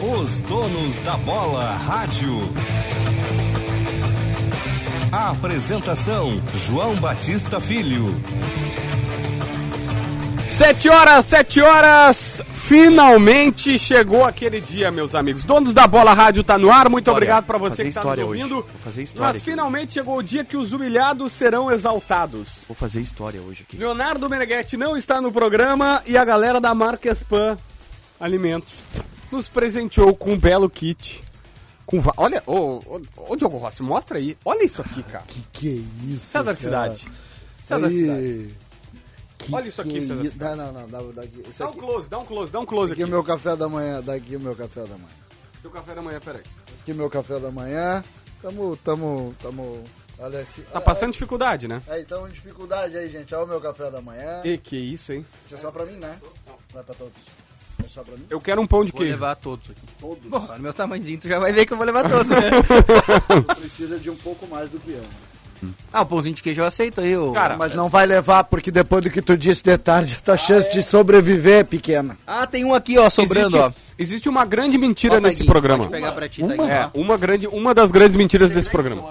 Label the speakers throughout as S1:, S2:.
S1: Os Donos da Bola Rádio. A apresentação: João Batista Filho.
S2: Sete horas, sete horas. Finalmente chegou aquele dia, meus amigos. Donos da Bola Rádio tá no ar. Muito
S3: História.
S2: obrigado pra
S3: Vou
S2: você
S3: fazer
S2: que está nos
S3: história hoje.
S2: ouvindo.
S3: Vou fazer história
S2: Mas
S3: aqui.
S2: finalmente chegou o dia que os humilhados serão exaltados.
S3: Vou fazer história hoje aqui.
S2: Leonardo Meneghetti não está no programa e a galera da marca Spam Alimentos nos presenteou com um belo kit. Com va- Olha, ô, ô, ô, Diogo Rossi, mostra aí. Olha isso aqui, cara.
S4: Que que é isso?
S2: César
S4: cara?
S2: Cidade. César
S4: Aí.
S2: Cidade.
S4: Que
S2: Olha isso aqui,
S4: que é
S2: César
S4: isso? Não, não, não. Dá, daqui, isso
S2: Dá um
S4: aqui,
S2: close, dá um close, dá um close
S4: aqui
S2: aqui.
S4: é o meu café da manhã. Daqui é o meu café da manhã.
S2: Teu café da manhã, peraí.
S4: Aqui é o meu café da manhã. Tamo, tamo, tamo... Olha assim.
S2: Tá passando dificuldade, né?
S4: Aí, tamo em então, dificuldade aí, gente. Olha o meu café da manhã.
S2: E que isso, hein?
S4: Isso é só pra mim, né? Não é pra todos. É só pra mim?
S2: Eu quero um pão de
S3: Vou
S2: queijo.
S3: levar todos aqui.
S4: Todos.
S3: Bom, no meu tamanhozinho, tu já vai ver que eu vou levar todos, né?
S2: Hum.
S4: Tu precisa de um pouco mais do que eu. né?
S3: ah, o pãozinho de queijo eu aceito aí, ô.
S2: Cara, é- Ah,
S4: Mas não vai levar, porque depois do que tu disse de tarde, a tua chance de sobreviver é pequena.
S3: Ah, tem um aqui, ó, sobrando, ó.
S2: existe, existe uma grande mentira
S3: Ó, tá
S2: nesse
S3: aqui,
S2: programa.
S3: Pode pegar pra ti, tá
S2: É,
S3: aqui, ó.
S2: uma, grande, uma das grandes mentiras desse programa.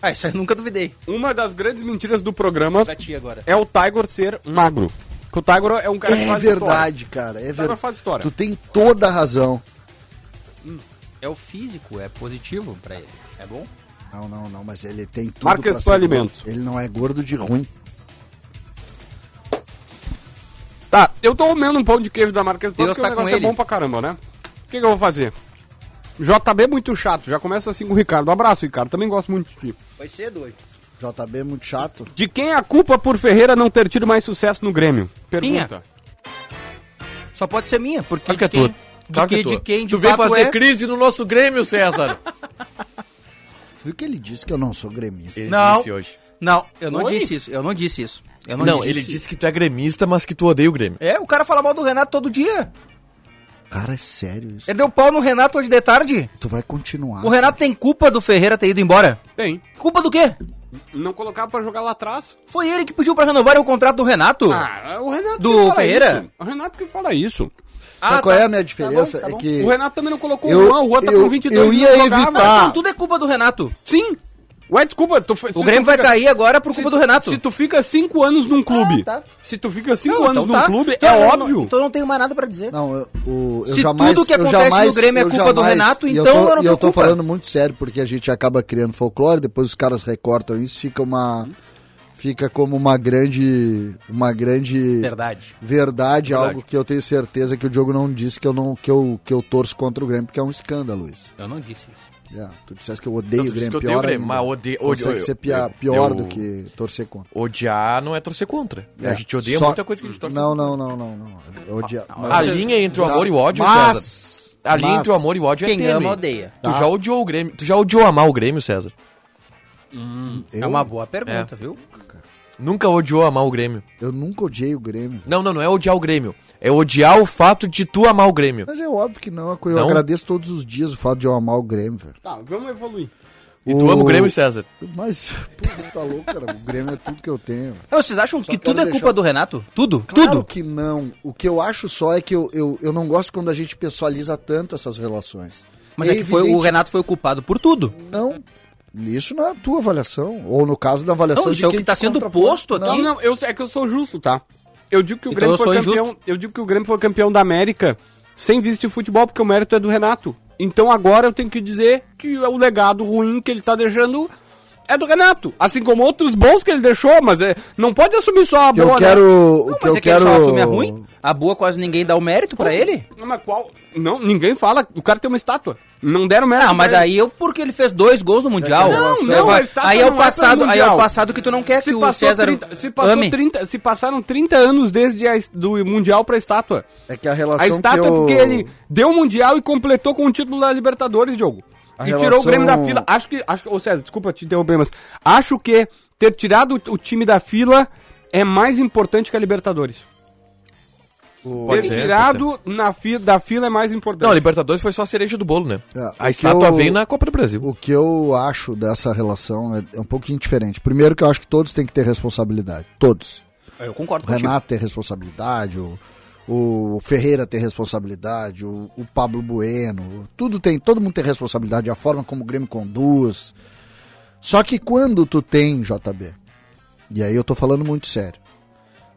S3: Ah, isso aí eu nunca duvidei.
S2: Uma das grandes mentiras do programa
S3: Pra ti agora.
S2: é o Tiger ser magro. Que o Tiger é um cara que
S4: É
S2: faz
S4: verdade, cara.
S2: História. O
S4: É
S2: Tiger
S4: verdade.
S2: faz história.
S4: Tu tem toda a razão.
S3: É o físico, é positivo pra ele. É bom?
S4: Não, não, não, mas ele tem tudo
S2: Marques
S4: pra
S2: pro
S4: ser gordo.
S2: alimento.
S4: Ele não é gordo de ruim.
S2: Tá, eu tô comendo um pão de queijo da marca Spam,
S3: Deus
S2: porque
S3: tá
S2: o negócio
S3: com
S2: é
S3: ele.
S2: bom pra caramba, né? O que, que eu vou fazer? JB é muito chato, já começa assim com o Ricardo. Um abraço, Ricardo, também gosto muito de ti.
S3: Vai ser doido.
S4: JB é muito chato.
S2: De quem é a culpa por Ferreira não ter tido mais sucesso no Grêmio? Pergunta.
S3: Minha. Só pode ser minha, porque
S5: Claro que é
S3: de quem,
S5: tua.
S3: do
S5: Claro que
S3: que,
S5: é tua.
S3: de quem de
S5: Tu veio
S3: fato
S5: fazer
S3: é...
S5: crise no nosso Grêmio, César.
S4: Tu viu que ele disse que eu não sou gremista?
S5: Ele
S3: Não.
S5: disse hoje.
S3: Não, eu não
S2: Oi?
S3: disse isso, eu não disse isso. Eu
S5: Não, ele
S3: isso.
S5: disse que tu é gremista, mas que tu odeia o Grêmio.
S3: É, o cara fala mal do Renato todo dia.
S4: Cara, é sério isso?
S3: Ele deu pau no Renato hoje de tarde.
S4: Tu vai continuar.
S3: É- O Renato tem culpa do Ferreira ter ido embora.
S2: Tem.
S3: Culpa do quê?
S2: Não colocar pra jogar lá atrás.
S3: Foi ele que pediu pra renovar o contrato do Renato?
S2: Ah, o Renato
S3: Do
S2: que fala
S3: Ferreira?
S2: isso. É O Renato que fala isso. ah,
S4: Sabe qual
S3: tá.
S4: é a minha diferença?
S3: bom, tá bom.
S4: é que.
S2: O Renato também não colocou
S4: Eu-
S2: o Juan, o Juan tá
S4: eu-
S2: com 22
S4: eu ia
S2: não jogava.
S4: evitar.
S3: Então tudo é culpa do Renato.
S2: Sim. Ué, desculpa, tu foi- se
S3: O
S2: tu
S3: Grêmio vai
S2: fica-
S3: cair agora por
S2: se
S3: culpa do
S2: tu-
S3: Renato.
S2: Se tu fica cinco anos num clube,
S3: Ah, tá.
S2: se tu fica cinco
S3: Não,
S2: anos
S3: então
S2: num
S3: tá.
S2: clube,
S3: Então
S2: é
S3: eu não-
S2: óbvio.
S3: então eu não tenho mais nada pra dizer.
S4: Não, eu, o, eu
S3: Se
S4: jamais.
S3: tudo que
S4: eu
S3: acontece no
S4: jamais-
S3: Grêmio é
S4: eu
S3: culpa do Renato,
S4: e
S3: então
S4: eu, tô,
S3: eu
S4: e
S3: não
S4: eu
S3: tenho
S4: tô
S3: culpa.
S4: falando muito sério, porque a gente acaba criando folclore, depois os caras recortam isso, fica uma. Fica como uma grande. Uma grande.
S3: Verdade.
S4: Verdade, algo que eu tenho certeza que o Diogo não disse que eu, não, que, eu, que eu torço contra o Grêmio, porque é um escândalo isso.
S3: Eu não disse isso.
S4: É, tu disseste que eu odeio
S5: Não,
S4: o
S5: tu disse
S4: Grêmio,
S5: que eu odeio
S4: pior
S5: o Grêmio,
S4: ainda.
S5: mas odeio-
S4: Consegue
S5: odeio-
S4: ser pia-
S5: eu-
S4: pior
S5: eu-
S4: do que torcer contra.
S5: Odiar não é torcer contra. A gente odeia
S4: Só-
S5: muita coisa que a gente torce
S4: Não, não, não, não, não. Eu Odia...
S5: contra. A
S4: mas-
S5: linha entre o amor e o ódio, César.
S4: mas...
S5: A linha entre o amor e o ódio é
S3: Quem
S5: tênue.
S3: ama, odeia.
S5: Tu
S4: tá?
S5: já odiou o Grêmio. Tu já odiou amar o Grêmio, César.
S4: eu,
S3: É uma boa pergunta, viu?
S5: Nunca odiou amar o Grêmio.
S4: eu nunca odiei o Grêmio.
S5: Não, não, não é odiar o Grêmio. É odiar o fato de tu amar o Grêmio.
S4: Mas é óbvio que não. Eu
S5: Não?
S4: agradeço todos os dias o fato de eu amar o Grêmio, velho.
S2: Tá, vamos evoluir.
S5: E tu ama o
S4: O-
S5: Grêmio, César.
S4: Mas, pô, tá louco, cara. O Grêmio é tudo que eu tenho.
S3: Não, vocês acham que
S4: quero
S3: tudo é
S4: deixar-
S3: culpa do Renato? Tudo?
S4: Claro
S3: Tudo?
S4: que não. O que eu acho só é que eu, eu, eu não gosto quando a gente pessoaliza tanto essas relações.
S3: Mas é que foi, o
S4: evidente-
S3: Renato foi o culpado por tudo.
S4: Não. Isso na tua avaliação. Ou no caso da avaliação
S3: Não,
S4: de
S3: isso é o
S4: quem
S3: que tá
S4: te
S3: sendo
S4: contrapõe.
S3: posto aqui.
S2: Não,
S3: Sim.
S2: não, eu, é que eu sou justo, tá? Eu digo que o
S3: Então
S2: Grêmio
S3: eu sou
S2: foi campeão.
S3: injusto.
S2: Eu digo que o Grêmio foi campeão da América sem visto de futebol, porque o mérito é do Renato. Então agora eu tenho que dizer que é o legado ruim que ele tá deixando é do Renato. Assim como outros bons que ele deixou, mas é, não pode assumir só a
S4: Que eu
S2: boa.
S4: quero.
S2: Né?
S4: o
S3: Não,
S4: que
S3: mas
S4: eu
S3: é que
S4: quero.
S3: ele só assume a ruim? A boa quase ninguém dá o mérito pra ele?
S2: Não, mas qual? Não, ninguém fala. O cara tem uma estátua. Não deram mérito.
S3: Ah, mas
S2: pra ele.
S3: daí eu porque ele fez dois gols no Mundial.
S2: Não,
S3: Você
S2: não,
S3: vai-
S2: a estátua
S3: aí é
S2: não
S3: o
S2: é pra
S3: passado, aí é o
S2: Mundial.
S3: passado que tu não quer
S2: se
S3: que o
S2: passou
S3: César
S2: 30 se, passou 30 se passaram 30 anos desde a, es- do Mundial pra estátua.
S4: É que a relação.
S2: A estátua
S4: que eu...
S2: é porque ele deu o Mundial e completou com o título da Libertadores, Diogo.
S4: A
S2: e tirou o
S4: relação-
S2: Grêmio da fila. Acho que. Acho, que- ô César, desculpa te interromper, mas. Acho que ter tirado o, o time da fila é mais importante que a Libertadores. ter
S5: ser, pode
S2: tirado na fi, da fila é mais importante.
S5: Não, a Libertadores foi só a cereja do bolo, né?
S4: É, o
S5: a
S4: que
S5: estátua
S4: eu-
S5: veio na Copa do Brasil.
S4: O que eu acho dessa relação é, é um pouquinho diferente. Primeiro, que eu acho que todos têm que ter responsabilidade. Todos.
S3: Eu concordo
S4: O Renato tem responsabilidade, o, o Ferreira tem responsabilidade, o, o Pablo Bueno, tudo tem, todo mundo tem responsabilidade, a forma como o Grêmio conduz. Só que quando tu tem, JB, e aí eu tô falando muito sério,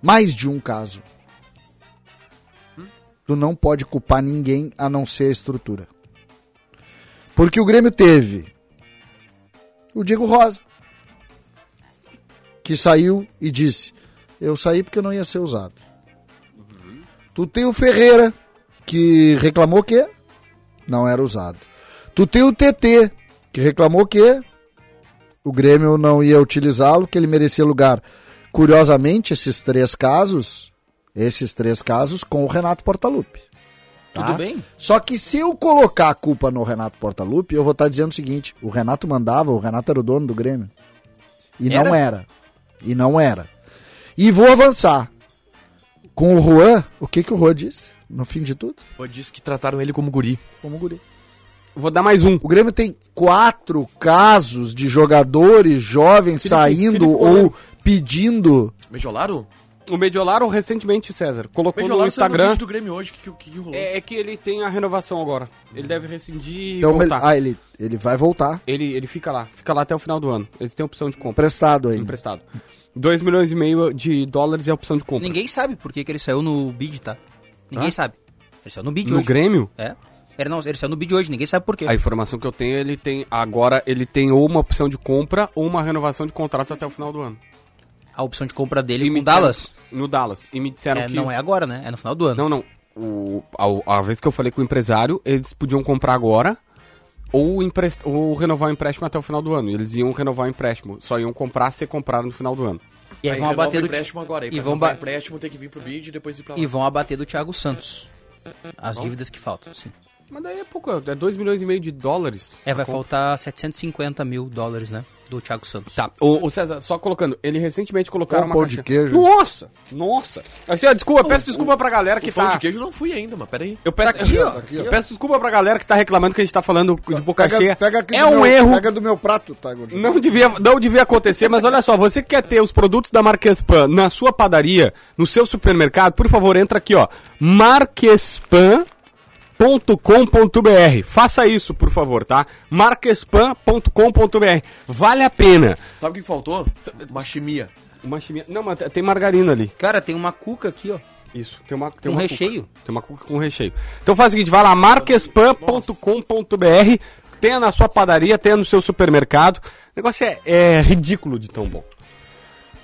S4: mais de um caso, tu não pode culpar ninguém a não ser a estrutura. Porque o Grêmio teve o Diego Rosa, que saiu e disse: Eu saí porque eu não ia ser usado. Tu tem o Ferreira, que reclamou que não era usado. Tu tem o TT, que reclamou que o Grêmio não ia utilizá-lo, que ele merecia lugar. Curiosamente, esses três casos, esses três casos com o Renato Portaluppi. tá?
S3: Tudo bem?
S4: Só que se eu colocar a culpa no Renato Portaluppi, eu vou estar dizendo o seguinte: o Renato mandava, o Renato era o dono do Grêmio. E não era. E não era. E vou avançar. Com o Juan, o que, que o Juan disse? No fim de tudo,
S5: Pô, disse que trataram ele como guri.
S4: como guri.
S2: Vou dar mais um.
S4: O Grêmio tem quatro casos de jogadores jovens saindo
S2: Felipe
S4: ou pedindo.
S5: Mejolaram?
S2: O Mediolaro recentemente, César, colocou no
S5: Mejolaram saiu
S2: Instagram.
S5: vídeo do Grêmio hoje. O que, que, que rolou?
S2: É, é que ele tem a renovação agora. Ele deve rescindir e
S4: Então ele,
S2: voltar.
S4: ah, ele, ele vai voltar.
S2: Ele, ele fica lá, fica lá até o final do ano. Eles têm opção de compra,
S4: Emprestado aí.
S2: emprestado. 2 milhões e meio de dólares é a opção de compra.
S3: Ninguém sabe por que, que ele saiu no bid, tá? Ninguém
S2: Hã?
S3: sabe. Ele saiu no bid
S2: No
S3: hoje.
S2: Grêmio,
S3: É. Ele, não, ele saiu no bid hoje, ninguém sabe por quê.
S2: a informação que eu tenho, ele tem agora, ele tem ou uma opção de compra ou uma renovação de contrato até o final do ano.
S3: A opção de compra dele
S2: E me
S3: com Dallas
S2: disseram- No Dallas. E me disseram
S3: é,
S2: que
S3: não é agora, né? É no final do
S2: Não,
S3: ano.
S2: não. O, a, a vez que eu falei com o empresário, eles podiam comprar agora ou, emprest- ou renovar o empréstimo até o final do ano. E Eles iam renovar o empréstimo. Só iam comprar se compraram no final do ano.
S3: E aí vão
S5: renova
S3: abater
S5: o
S3: do
S5: um empréstimo agora. Aí,
S3: e
S5: pra
S3: vão
S5: renovar
S3: ba-
S5: o empréstimo tem que vir pro bid e depois ir pra lá.
S3: E vão abater do Thiago Santos. As dívidas que faltam, sim.
S2: Mas daí é pouco, é 2 milhões e meio de dólares.
S3: É, vai faltar 750 mil dólares, né? Do Thiago Santos.
S2: Tá, o, o César, só colocando, ele recentemente colocaram
S4: Ó,
S2: uma
S4: pão de queijo.
S2: Nossa, nossa. Assim, ó, desculpa, peço desculpa pra galera que
S5: O pão
S2: tá...
S5: de queijo não fui ainda, mas peraí.
S2: Eu
S4: Tá
S2: peço, eu, peço desculpa pra galera que tá reclamando que a gente tá falando de boca cheia.
S4: aqui
S2: é
S4: do
S2: um
S4: meu-
S2: erro.
S4: Pega do meu prato, tá, Gordinho?
S2: Não devia, não devia acontecer, mas olha só, você que quer ter os produtos da Marquespan na sua padaria, no seu supermercado, por favor, entra aqui, ó, marquespan.com.br. Faça isso, por favor, tá? marquespan.com.br. Vale a pena.
S5: Sabe o que que faltou? Uma chimia.
S2: Uma chimia... Não, mas tem margarina ali.
S3: Cara, tem uma cuca aqui, ó.
S2: Isso, tem uma tem
S3: Um
S2: uma
S3: recheio.
S2: cuca. Tem uma cuca com recheio. Então faz o seguinte, vai lá, marquespan.com.br, tenha na sua padaria, tenha no seu supermercado. O negócio é, é ridículo de tão bom.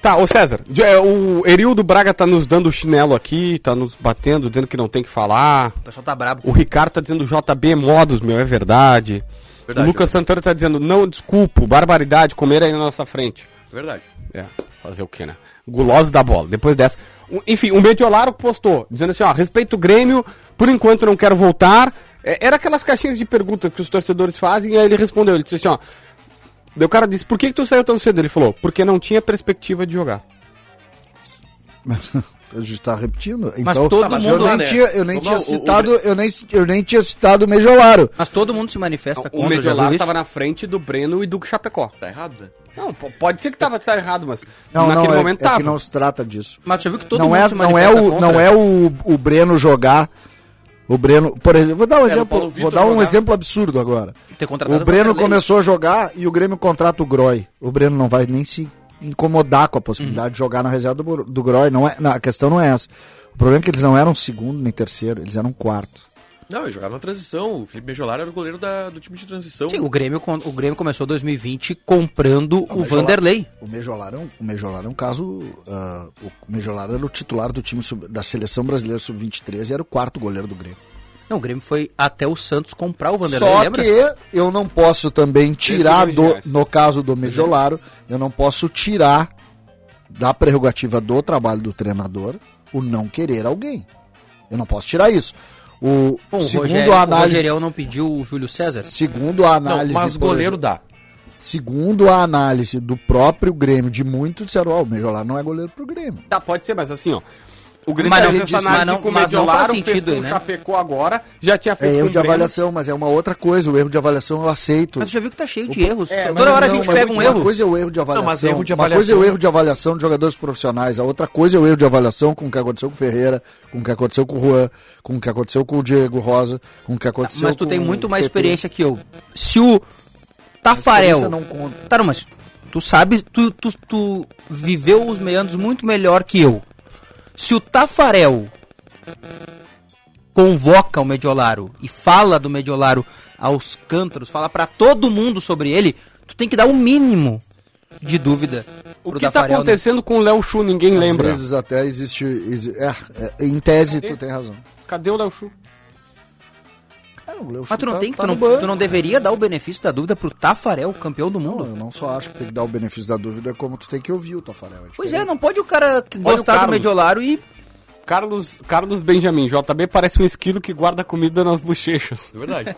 S2: Tá, ô César, de- é, o Erildo Braga tá nos dando chinelo aqui, tá nos batendo, dizendo que não tem que falar.
S3: O pessoal tá brabo.
S2: O Ricardo tá dizendo JB Modos, meu, é verdade.
S5: Verdade,
S2: o Lucas Santana tá dizendo, não, desculpa, barbaridade, comer aí na nossa frente.
S5: Verdade.
S2: É, fazer o que, né? Gulosos da bola, depois dessa. Um- enfim, o Mediolaro postou, dizendo assim, ó, respeito o Grêmio, por enquanto não quero voltar. É, era aquelas caixinhas de pergunta que os torcedores fazem, e aí ele respondeu, ele disse assim, ó. Daí o cara disse, por que, que tu saiu tão cedo? Ele falou, porque não tinha perspectiva de jogar.
S4: A gente tá repetindo. Então,
S3: todo
S4: mas
S3: mundo
S4: eu
S5: lá,
S4: nem
S5: né?
S4: tinha, eu nem
S5: Vamos
S4: tinha
S5: lá, o- o-
S4: citado, eu nem, eu nem tinha citado o Mejolaro.
S3: Mas todo mundo se manifesta
S2: o
S3: tá contra, já viu
S2: Mediolaro
S3: isso?
S2: tava na frente do Breno e do Chapecó.
S5: Tá errado, né?
S2: Não, po- pode ser que tava, tá errado, mas
S4: Não,
S2: naquele
S4: não, é-
S2: momento
S4: é,
S2: tava.
S4: que não se trata disso.
S3: Mas já viu que todo
S4: não
S3: mundo
S4: é,
S3: se
S4: não é
S3: manifesta
S4: o,
S3: contra?
S4: não é o, o Breno jogar. O Breno, por exemplo, vou dar um
S5: o Paulo
S4: exemplo, vou
S5: Vitor
S4: dar um
S5: jogar.
S4: exemplo absurdo agora.
S3: Ter contratado
S4: O Breno
S3: Vanderlei.
S4: começou a jogar e o Grêmio contrata o Groy. O Breno não vai nem se incomodar com a possibilidade de jogar na reserva do, Bro- do Groy. Não é, não, a questão não é essa. O problema é que eles não eram segundo nem terceiro, eles eram quarto.
S5: Não, eu jogava na transição. O Felipe Mejolar era o goleiro da- do time de transição.
S3: Sim, o Grêmio, con- o Grêmio começou 2020 comprando o Vanderlei.
S4: O Mejolar é um, o Mejolar é um caso. ah, o Mejolar era o titular do time sub- da seleção brasileira sub-23 e era o quarto goleiro do Grêmio.
S3: Não, o Grêmio foi até o Santos comprar o Vanderlei,
S4: Só
S3: lembra?
S4: que eu não posso também tirar
S2: milhões de
S4: do.
S2: reais.
S4: No caso do Mejolaro, eu não posso tirar da prerrogativa do trabalho do treinador o não querer alguém. Eu não posso tirar isso. O,
S3: Bom, o,
S4: segundo,
S3: Rogério,
S4: a
S3: o
S4: análise,
S3: Rogerião não pediu o Júlio César.
S4: segundo a
S5: Não,
S4: análise.
S5: mas
S4: por
S5: goleiro dá.
S4: exemplo, segundo a análise do próprio Grêmio, de muitos disseram: Ó, o Mejolar não é goleiro pro Grêmio.
S2: Tá, pode ser, mas assim, ó. O Grêmio
S3: Mas não-
S2: fez essa
S3: mas
S2: análise
S3: não-
S2: com o
S3: mas não
S2: Mediolar,
S3: faz
S2: fez
S3: sentido,
S2: com o
S3: né?
S2: Chapecó agora, já tinha feito
S4: É
S2: com
S4: erro
S2: o
S4: de
S2: Grêmio.
S4: avaliação, mas é uma outra coisa. O erro de avaliação eu aceito.
S3: Mas você já viu que tá cheio de erros.
S2: é, mas
S3: Toda hora a
S4: Não,
S3: gente
S4: mas
S3: pega um
S4: uma
S3: erro.
S4: coisa é o erro de avaliação.
S5: mas erro de
S4: Uma coisa é o
S5: avaliação.
S4: erro de avaliação de jogadores profissionais. A outra coisa é o erro de avaliação com o que aconteceu com o Ferreira, com o que aconteceu com o Juan, com o que aconteceu com o Diego Rosa, com o que aconteceu
S3: Mas tu
S4: com
S3: tem
S4: o
S3: muito
S4: PP.
S3: mais experiência que eu. Se o Tafarel.
S4: experiência não conta.
S3: Tá, não, mas tu sabe, tu, tu, tu viveu os meandros muito melhor que eu. Se o Tafarel convoca o Mediolaro e fala do Mediolaro aos cântaros, fala pra todo mundo sobre ele, tu tem que dar o mínimo de dúvida.
S2: O
S3: pro
S2: que tá
S3: Taffarel, né?
S2: acontecendo com o Léo Chu, ninguém
S4: Às
S2: lembra.
S4: vezes até existe. exi- é, é, em tese, tu tem razão.
S2: Cadê o Léo Chu?
S4: É, o Leuchon
S3: Mas tu não
S4: tá-
S3: tem que,
S4: tá
S3: tu
S4: no
S3: não,
S4: banco.
S3: tu não deveria dar o benefício da dúvida pro Tafarel, campeão do mundo.
S4: Não, Eu não só acho que tem que dar o benefício da dúvida, como tu tem que ouvir o Tafarel.
S3: Pois é, não pode o cara que
S2: Olha o
S3: gostar do
S2: Carlos.
S3: Mediolaro e
S2: Carlos, Carlos Benjamin, JB parece um esquilo que guarda comida nas bochechas.
S5: É verdade.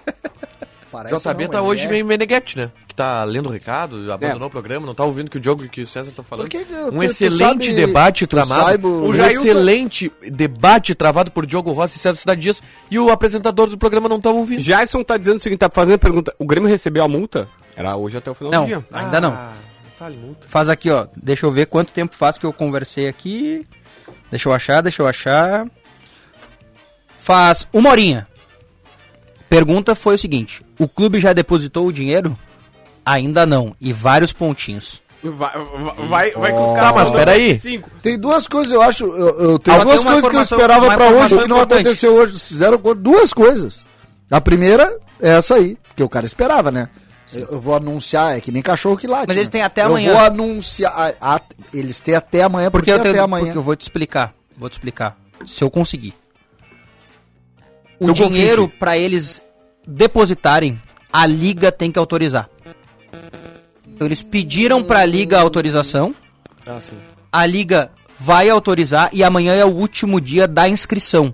S4: Parece
S5: JB
S4: não,
S5: tá
S4: ele
S5: hoje
S4: é.
S5: meio meneguete, né? Que tá lendo o recado, abandonou o programa, não tá ouvindo que o Diogo e que o César tá falando.
S4: Por que que
S5: um
S4: É. tu- tu
S5: excelente
S4: sabe-
S5: debate
S4: tu
S5: tramado.
S4: saiba o-
S5: um
S4: O Jailton-
S5: excelente debate travado por Diogo Rossi e César Cidade Dias. E o apresentador do programa não tá ouvindo.
S2: Jason tá dizendo o seguinte, tá fazendo a pergunta, o Grêmio recebeu a multa? Era hoje até o final
S3: Não,
S2: do dia.
S3: ainda não.
S5: Fale multa.
S3: Faz aqui, ó. Deixa eu ver quanto tempo faz que eu conversei aqui. Deixa eu achar, deixa eu achar. Faz uma horinha. Pergunta foi o seguinte: o clube já depositou o dinheiro? Ainda não. E vários pontinhos.
S2: Vai, vai, vai, vai com os
S5: Tá, mas peraí.
S2: Cinco.
S4: Tem duas coisas, eu acho. Eu, eu tenho
S5: Ah, mas
S4: duas
S5: tem uma
S4: coisas que eu
S5: informação-
S4: esperava
S5: uma
S4: pra hoje
S5: informação
S4: que não
S5: importante.
S4: aconteceu hoje. Vocês Fizeram co- duas coisas. A primeira é essa aí, que o cara esperava, né? Eu, eu vou anunciar, é que nem cachorro que late.
S3: Mas eles
S4: né?
S3: têm até
S4: eu
S3: amanhã.
S4: Vou anunciar. a- a- eles têm até amanhã,
S3: Porque
S4: porque,
S3: eu,
S4: até
S3: tenho,
S4: amanhã.
S3: porque eu vou te explicar. Vou te explicar. Se eu conseguir. O
S5: Eu confio em
S3: dinheiro
S5: ti.
S3: pra eles depositarem, a liga tem que autorizar. Então, eles pediram pra liga a autorização.
S5: Ah, sim.
S3: a liga vai autorizar e amanhã é o último dia da inscrição.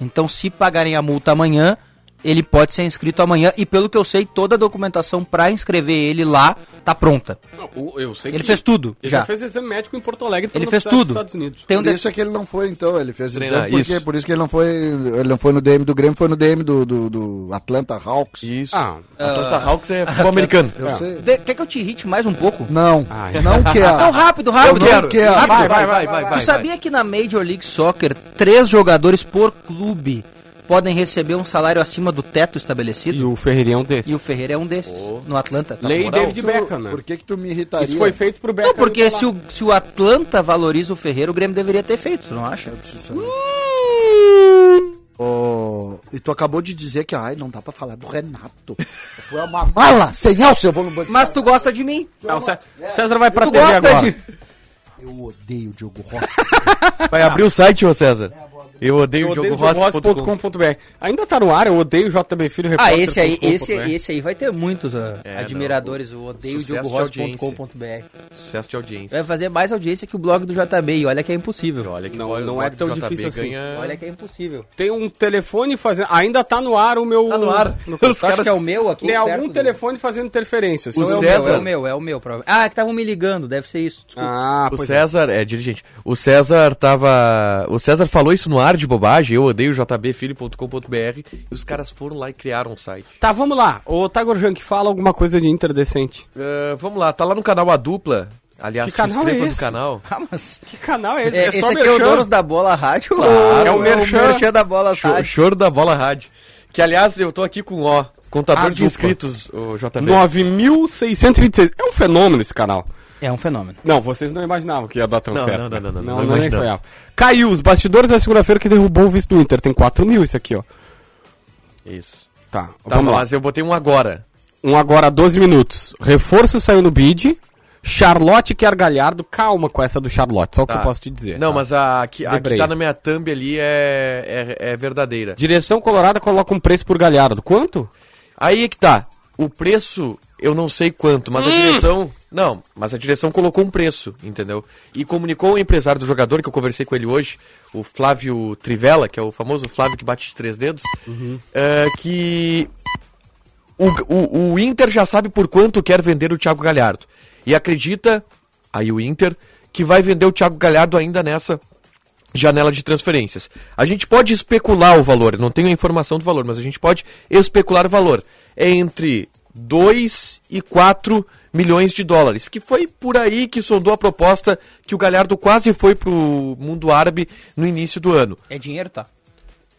S3: Então, se pagarem a multa amanhã, ele pode ser inscrito amanhã e pelo que eu sei, toda a documentação pra inscrever ele lá tá pronta.
S2: Não, o- eu sei
S3: Ele
S2: que-
S3: fez tudo
S2: Ele já.
S3: já.
S2: fez exame médico em Porto Alegre. pra
S3: Ele
S2: não
S3: fez
S2: precisar dos
S3: tudo.
S2: Estados Unidos.
S3: Tem um
S4: Por
S3: de-
S4: isso é que ele não foi, então. Ele fez
S5: Treinar,
S4: exame, porque,
S5: isso.
S4: Por isso que ele não foi. Ele não foi no DM do Grêmio, foi no DM do, do, do Atlanta Hawks.
S5: Isso.
S2: Ah,
S5: Atlanta Hawks é futebol americano.
S4: Eu sei.
S3: de- Quer que eu te irrite mais um pouco?
S4: Não,
S2: Ai.
S4: não
S3: Não,
S4: quero.
S3: rápido, rápido.
S4: Eu não quero.
S3: Rápido.
S5: Vai, vai, vai, vai, vai.
S3: Tu sabia que na Major League Soccer, três jogadores por clube podem receber um salário acima do teto estabelecido?
S2: e o Ferreirão desse.
S3: E o Ferreira é um desses, no Atlanta.
S2: Lei
S3: moral?
S2: David Beckham, né?
S4: Por que que tu me
S2: Isso
S4: irritaria?
S2: foi feito pro Beckham. tá
S3: Não, porque se o, se o Atlanta valoriza o Ferreira, o Grêmio deveria ter feito, tu não acha?
S4: Uh! Ô, né? Oh, e tu acabou de dizer que ai, não dá pra falar do Renato. tu é uma mala sem alça, eu vou no banco.
S3: Mas tu gosta de mim.
S2: Não, o Cé- César vai pra
S3: Tu
S2: TV
S3: gosta
S2: agora.
S3: de...
S4: Eu odeio o Diogo Rossi.
S5: Vai abrir o site, ô César. Eu odeio
S2: Eu
S5: o
S2: odeio
S5: Diogo Rossi.com.
S2: Rossi.com.br. Ainda tá no ar, eu odeio JB Filho
S3: Ah,
S2: repórter
S3: esse aí,
S2: ponto com
S3: esse,
S2: ponto br.
S3: esse aí vai ter muitos ah,
S5: É,
S3: admiradores. Eu odeio
S5: Sucesso de
S3: diogoros.com.br.
S5: Sucesso de audiência.
S3: Vai fazer mais audiência que o blog do JB. E olha que é impossível.
S5: Olha que
S2: Não,
S5: o
S2: não é
S5: blog
S2: tão
S5: do JB
S2: difícil assim.
S5: ganha-
S3: Olha que é impossível.
S2: Tem um telefone fazendo. Ainda tá no ar o meu.
S5: Tá no ar.
S2: Meu-
S5: Os
S3: Acho que é o meu aqui.
S2: Tem algum
S3: perto do-
S2: telefone fazendo interferência. se
S5: O
S2: não é meu.
S3: É o meu, é
S5: César.
S3: o meu, é o meu. prova- Ah, que estavam me ligando, deve ser isso. Desculpa.
S2: Ah,
S5: O
S2: pois é.
S5: César, é dirigente. O César tava. O César falou isso no ar de bobagem. Eu odeio jbfilho.com.br. E os caras foram lá e criaram um site.
S2: Tá, vamos lá. Ô, Tagor Junk, fala alguma coisa de Inter decente.
S5: Ah, vamos lá, tá lá no canal A Dupla. Aliás,
S2: Que canal é
S5: no
S2: esse?
S5: canal.
S3: Ah, mas...
S2: Que canal é esse?
S3: É, esse aqui é o Donos da Bola Rádio? ou
S2: é o Merchan.
S3: da Bola
S5: Cho-
S3: Rádio.
S5: Choro da Bola Rádio. Que aliás, eu tô aqui com ó, contador
S2: A
S5: de
S2: Dupla.
S5: inscritos, o JB.
S2: 9.626. É um fenômeno esse canal.
S3: É um fenômeno.
S2: Não, vocês não imaginavam que ia dar tão
S5: Não,
S2: certo.
S5: não, não, não,
S2: não,
S5: não,
S2: é
S5: não
S2: nem
S5: imaginamos.
S2: sonhava. Caiu os bastidores da segunda-feira que derrubou o vice do Inter. Tem 4 mil isso aqui, ó.
S5: Isso.
S2: Tá,
S5: Tá,
S2: vamos lá.
S5: mas eu botei um agora.
S2: Um agora 12 minutos. Reforço saiu no bid. Charlotte quer Galhardo. Calma com essa do Charlotte, só o que
S5: Tá.
S2: eu posso te dizer.
S5: Não,
S2: tá?
S5: mas a, a, que- a que
S2: Debrei.
S5: tá na minha thumb ali é, é, é verdadeira.
S2: Direção Colorada coloca um preço por Galhardo. Quanto?
S5: Aí é que tá. O preço, eu não sei quanto, mas a direção. Não, mas a direção colocou um preço, entendeu? E comunicou o empresário do jogador, que eu conversei com ele hoje, o Flávio Trivella, que é o famoso Flávio que bate de três dedos,
S2: Uhum.
S5: eh, que o, o, o Inter já sabe por quanto quer vender o Thiago Galhardo. E acredita, aí o Inter, que vai vender o Thiago Galhardo ainda nessa janela de transferências. A gente pode especular o valor, eu não tenho a informação do valor, mas a gente pode especular o valor. É entre 2 e 4 milhões de dólares, que foi por aí que sondou a proposta que o Galhardo quase foi pro mundo árabe no início do ano.
S3: É dinheiro, tá?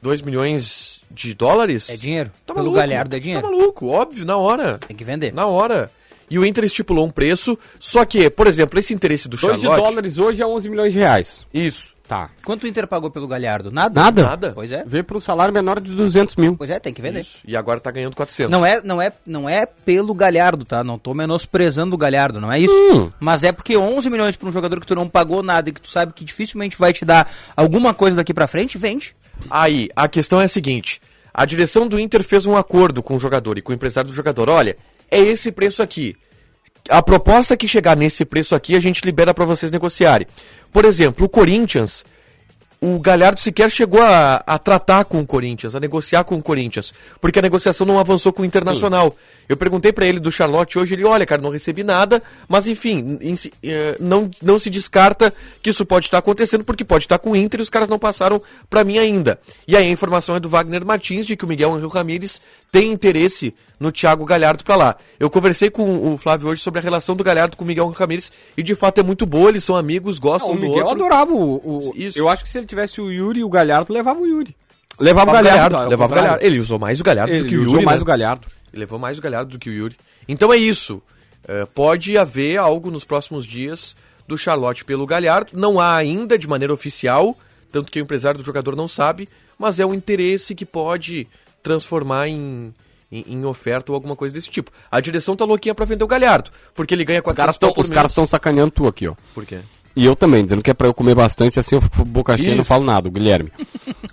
S5: 2 milhões de dólares?
S3: É dinheiro.
S5: Tá
S3: Pelo
S5: maluco.
S3: Galhardo é dinheiro. É.
S5: Tá maluco, óbvio, na hora.
S3: Tem que vender.
S5: Na hora. E o Inter estipulou um preço, só que, por exemplo, esse interesse do
S2: 2
S5: Charlotte...
S2: dólares hoje é 11 milhões de reais.
S5: Isso.
S2: Tá.
S3: Quanto o Inter pagou pelo Galhardo? Nada?
S2: Nada?
S5: Nada.
S3: Pois é.
S2: Vê pro salário menor de 200 mil.
S3: Pois é, tem que vender.
S5: Isso. E agora tá ganhando 400.
S3: Não é, não, é, não é pelo Galhardo, tá? Não tô menosprezando o Galhardo, não é isso.
S2: Hum.
S3: Mas é porque 11 milhões pra um jogador que tu não pagou nada e que tu sabe que dificilmente vai te dar alguma coisa daqui pra frente, vende.
S5: Aí, a questão é a seguinte: a direção do Inter fez um acordo com o jogador e com o empresário do jogador. Olha, é esse preço aqui. A proposta que chegar nesse preço aqui, a gente libera pra vocês negociarem. Por exemplo, o Corinthians, o Galhardo sequer chegou a, a tratar com o Corinthians, a negociar com o Corinthians, porque a negociação não avançou com o Internacional. Eu perguntei pra ele do Charlotte hoje, ele, olha, cara, não recebi nada, mas enfim, em si- eh, não, não se descarta que isso pode estar acontecendo, porque pode estar com o Inter e os caras não passaram pra mim ainda. E aí a informação é do Wagner Martins de que o Miguel Angel Ramírez tem interesse no Thiago Galhardo pra lá. Eu conversei com o Flávio hoje sobre a relação do Galhardo com o Miguel Angel Ramírez e de fato é muito boa, eles são amigos, gostam
S2: o
S5: do
S2: Miguel
S5: outro.
S2: adorava o, o-
S5: Isso.
S2: Eu acho que se ele tivesse o Yuri e o Galhardo, levava o Yuri. Levava,
S5: Levava o Galhardo,
S2: tá? Ao
S5: levava é o
S2: contrário.
S5: Galhardo. Ele usou mais o Galhardo
S2: Ele
S5: do que o
S2: usou
S5: Yuri.
S2: mais
S5: né?
S2: o Galhardo.
S5: Ele levou mais o Galhardo do que o Yuri. Então é isso. É, pode haver algo nos próximos dias do Charlotte pelo Galhardo. Não há ainda de maneira oficial, tanto que o empresário do jogador não sabe, mas é um interesse que pode transformar em, em, em oferta ou alguma coisa desse tipo. A direção tá louquinha pra vender o Galhardo, porque ele ganha
S2: Os caras
S5: 400
S2: tão-
S5: pau por
S2: Os caras
S5: mês.
S2: estão sacaneando tu aqui, ó.
S5: Por quê?
S2: E eu também, dizendo que é pra eu comer bastante, assim eu fico boca cheia e não
S5: Isso.
S2: falo nada, o Guilherme.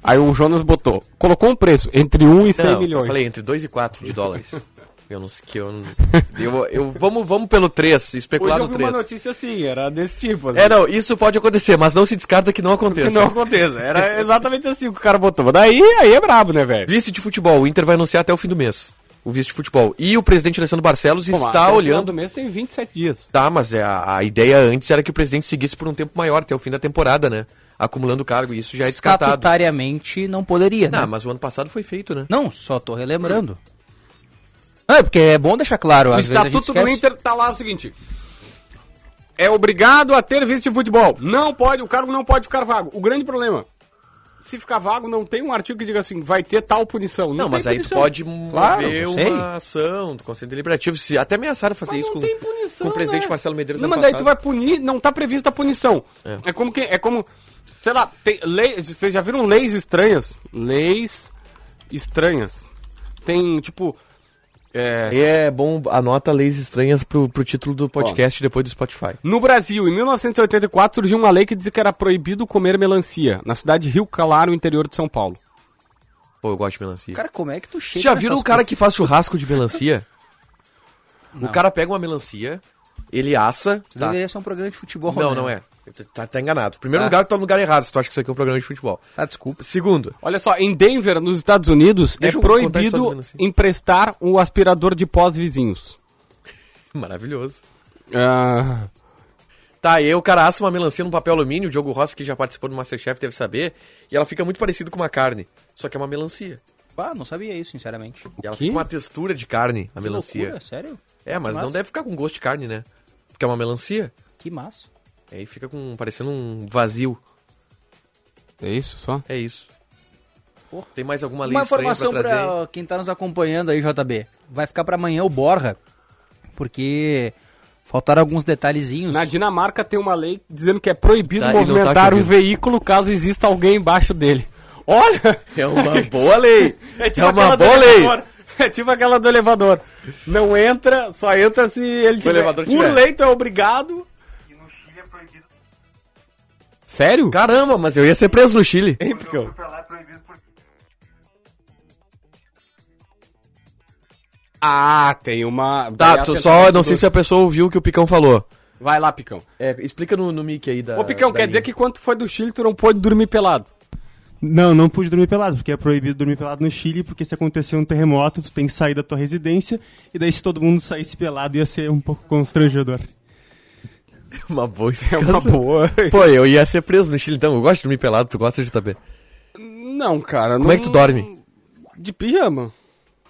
S2: Aí o Jonas botou, colocou um preço entre 1 e 100
S5: Não,
S2: milhões.
S5: Eu falei entre 2 e 4 de dólares. Eu não sei que eu não. Eu, eu- vamos, vamos pelo 3, especular no 3.
S2: notícia assim, era desse tipo.
S5: É, não, isso pode acontecer, mas não se descarta que não aconteça.
S2: Que não aconteça. Era exatamente assim que o cara botou. Daí aí é brabo, né, velho?
S5: Vice de futebol, o Inter vai anunciar até o fim do mês. O vice de futebol. E o presidente Alessandro Barcelos
S2: Pô, mas até o
S5: está
S2: final
S5: olhando.
S2: do mês tem 27 dias.
S5: Tá, mas é a, a ideia antes era que o presidente seguisse por um tempo maior, até o fim da temporada, né? Acumulando cargo, e isso já é descartado.
S3: Estatutariamente não poderia, né?
S5: Não, mas o ano passado foi feito, né?
S3: Não, só tô relembrando. Não, é porque é bom deixar claro.
S2: O
S3: às vezes a gente
S2: estatuto do
S3: esquece.
S2: Inter tá lá o seguinte. É obrigado a ter vice de futebol. Não pode, o cargo não pode ficar vago. O grande problema, se ficar vago, não tem um artigo que diga assim, vai ter tal punição.
S5: Não, mas
S2: tem
S5: aí tu
S2: punição.
S5: pode
S3: Claro,
S5: mover
S3: não sei.
S5: uma ação do Conselho Deliberativo. Se até ameaçaram fazer
S2: Mas
S5: isso
S2: não
S5: com,
S2: tem punição,
S5: com o presidente
S2: né?
S5: Marcelo Medeiros
S2: Não,
S5: ano
S2: mas daí tu
S5: passado.
S2: vai punir, não tá prevista a punição. É,
S5: É.
S2: como que é como sei lá, tem lei, vocês já viram leis estranhas? Leis estranhas. Tem tipo é,
S5: E é bom, anota leis estranhas pro, pro título do podcast depois do Spotify.
S2: No Brasil, em 1984, surgiu uma lei que dizia que era proibido comer melancia, na cidade de Rio Claro, interior de São Paulo.
S5: Pô, eu gosto de melancia.
S3: Cara, como é que tu chega
S5: Vocês já
S3: nessas
S5: viram o cara que faz churrasco de melancia? O cara pega uma melancia, ele assa.
S3: coisas?
S5: tá?
S3: Deveria ser um programa de futebol,
S5: Não,
S3: né?
S5: não é. Tá, tá enganado. Primeiro
S3: Ah.
S5: lugar, tá no lugar errado se tu acha que isso aqui é um programa de futebol.
S3: Ah, desculpa.
S5: Segundo,
S2: Olha só, em Denver, nos Estados Unidos, é
S5: Deixa eu contar a história da
S2: proibido
S5: melancia.
S2: emprestar um aspirador de pós vizinhos.
S5: maravilhoso.
S2: Ah,
S5: Tá, e aí o cara assa uma melancia num papel alumínio, o Diogo Rossi, que já participou do Masterchef, deve saber, e ela fica muito parecida com uma carne, só que é uma melancia.
S3: Ah, não sabia isso, sinceramente.
S5: E ela
S2: quê?
S5: fica com uma textura de carne, a melancia.
S3: loucura, sério?
S5: É, mas
S3: Que
S5: não
S3: massa.
S5: deve ficar com gosto de carne, né? Porque é uma melancia,
S3: Que massa.
S5: aí fica com parecendo um vazio.
S2: é isso só?
S5: É isso. Pô, tem mais alguma lei
S3: Uma
S5: estranha
S3: informação
S5: pra trazer?
S3: pra quem tá nos acompanhando aí, JB. Vai ficar pra amanhã o Borra, porque faltaram alguns detalhezinhos.
S2: Na Dinamarca tem uma lei dizendo que é proibido
S5: Tá, ele não tá
S2: movimentar um
S5: ouvindo.
S2: veículo caso exista alguém embaixo dele. Olha!
S5: É uma boa lei. É, uma
S2: tipo aquela do
S5: boa lei.
S2: elevador. É tipo aquela do elevador. Não entra, só entra se ele tiver.
S5: elevador
S2: Por
S5: tiver.
S2: leito é obrigado. Sério?
S5: Caramba, mas eu ia ser preso no Chile.
S2: Hein, Picão? Ah, tem uma.
S5: Tá, tu só não sei se a pessoa ouviu o que o Picão falou.
S2: Vai lá, Picão.
S5: É, explica no, no mic aí da.
S2: Ô, Picão,
S5: Ah, da
S2: quer dizer
S5: linha.
S2: que quando tu foi do Chile, tu não pôde dormir pelado.
S6: Não, não pude dormir pelado, porque é proibido dormir pelado no Chile, porque se acontecer um terremoto, tu tem que sair da tua residência, e daí se todo mundo saísse pelado ia ser um pouco constrangedor.
S5: Uma boa
S2: É uma
S5: explicação.
S2: boa.
S5: Pô, eu ia ser preso no Chile, então. Eu gosto de dormir pelado, tu gosta de também.
S2: Não, cara.
S5: Como
S2: não-
S5: é que tu dorme?
S2: De pijama.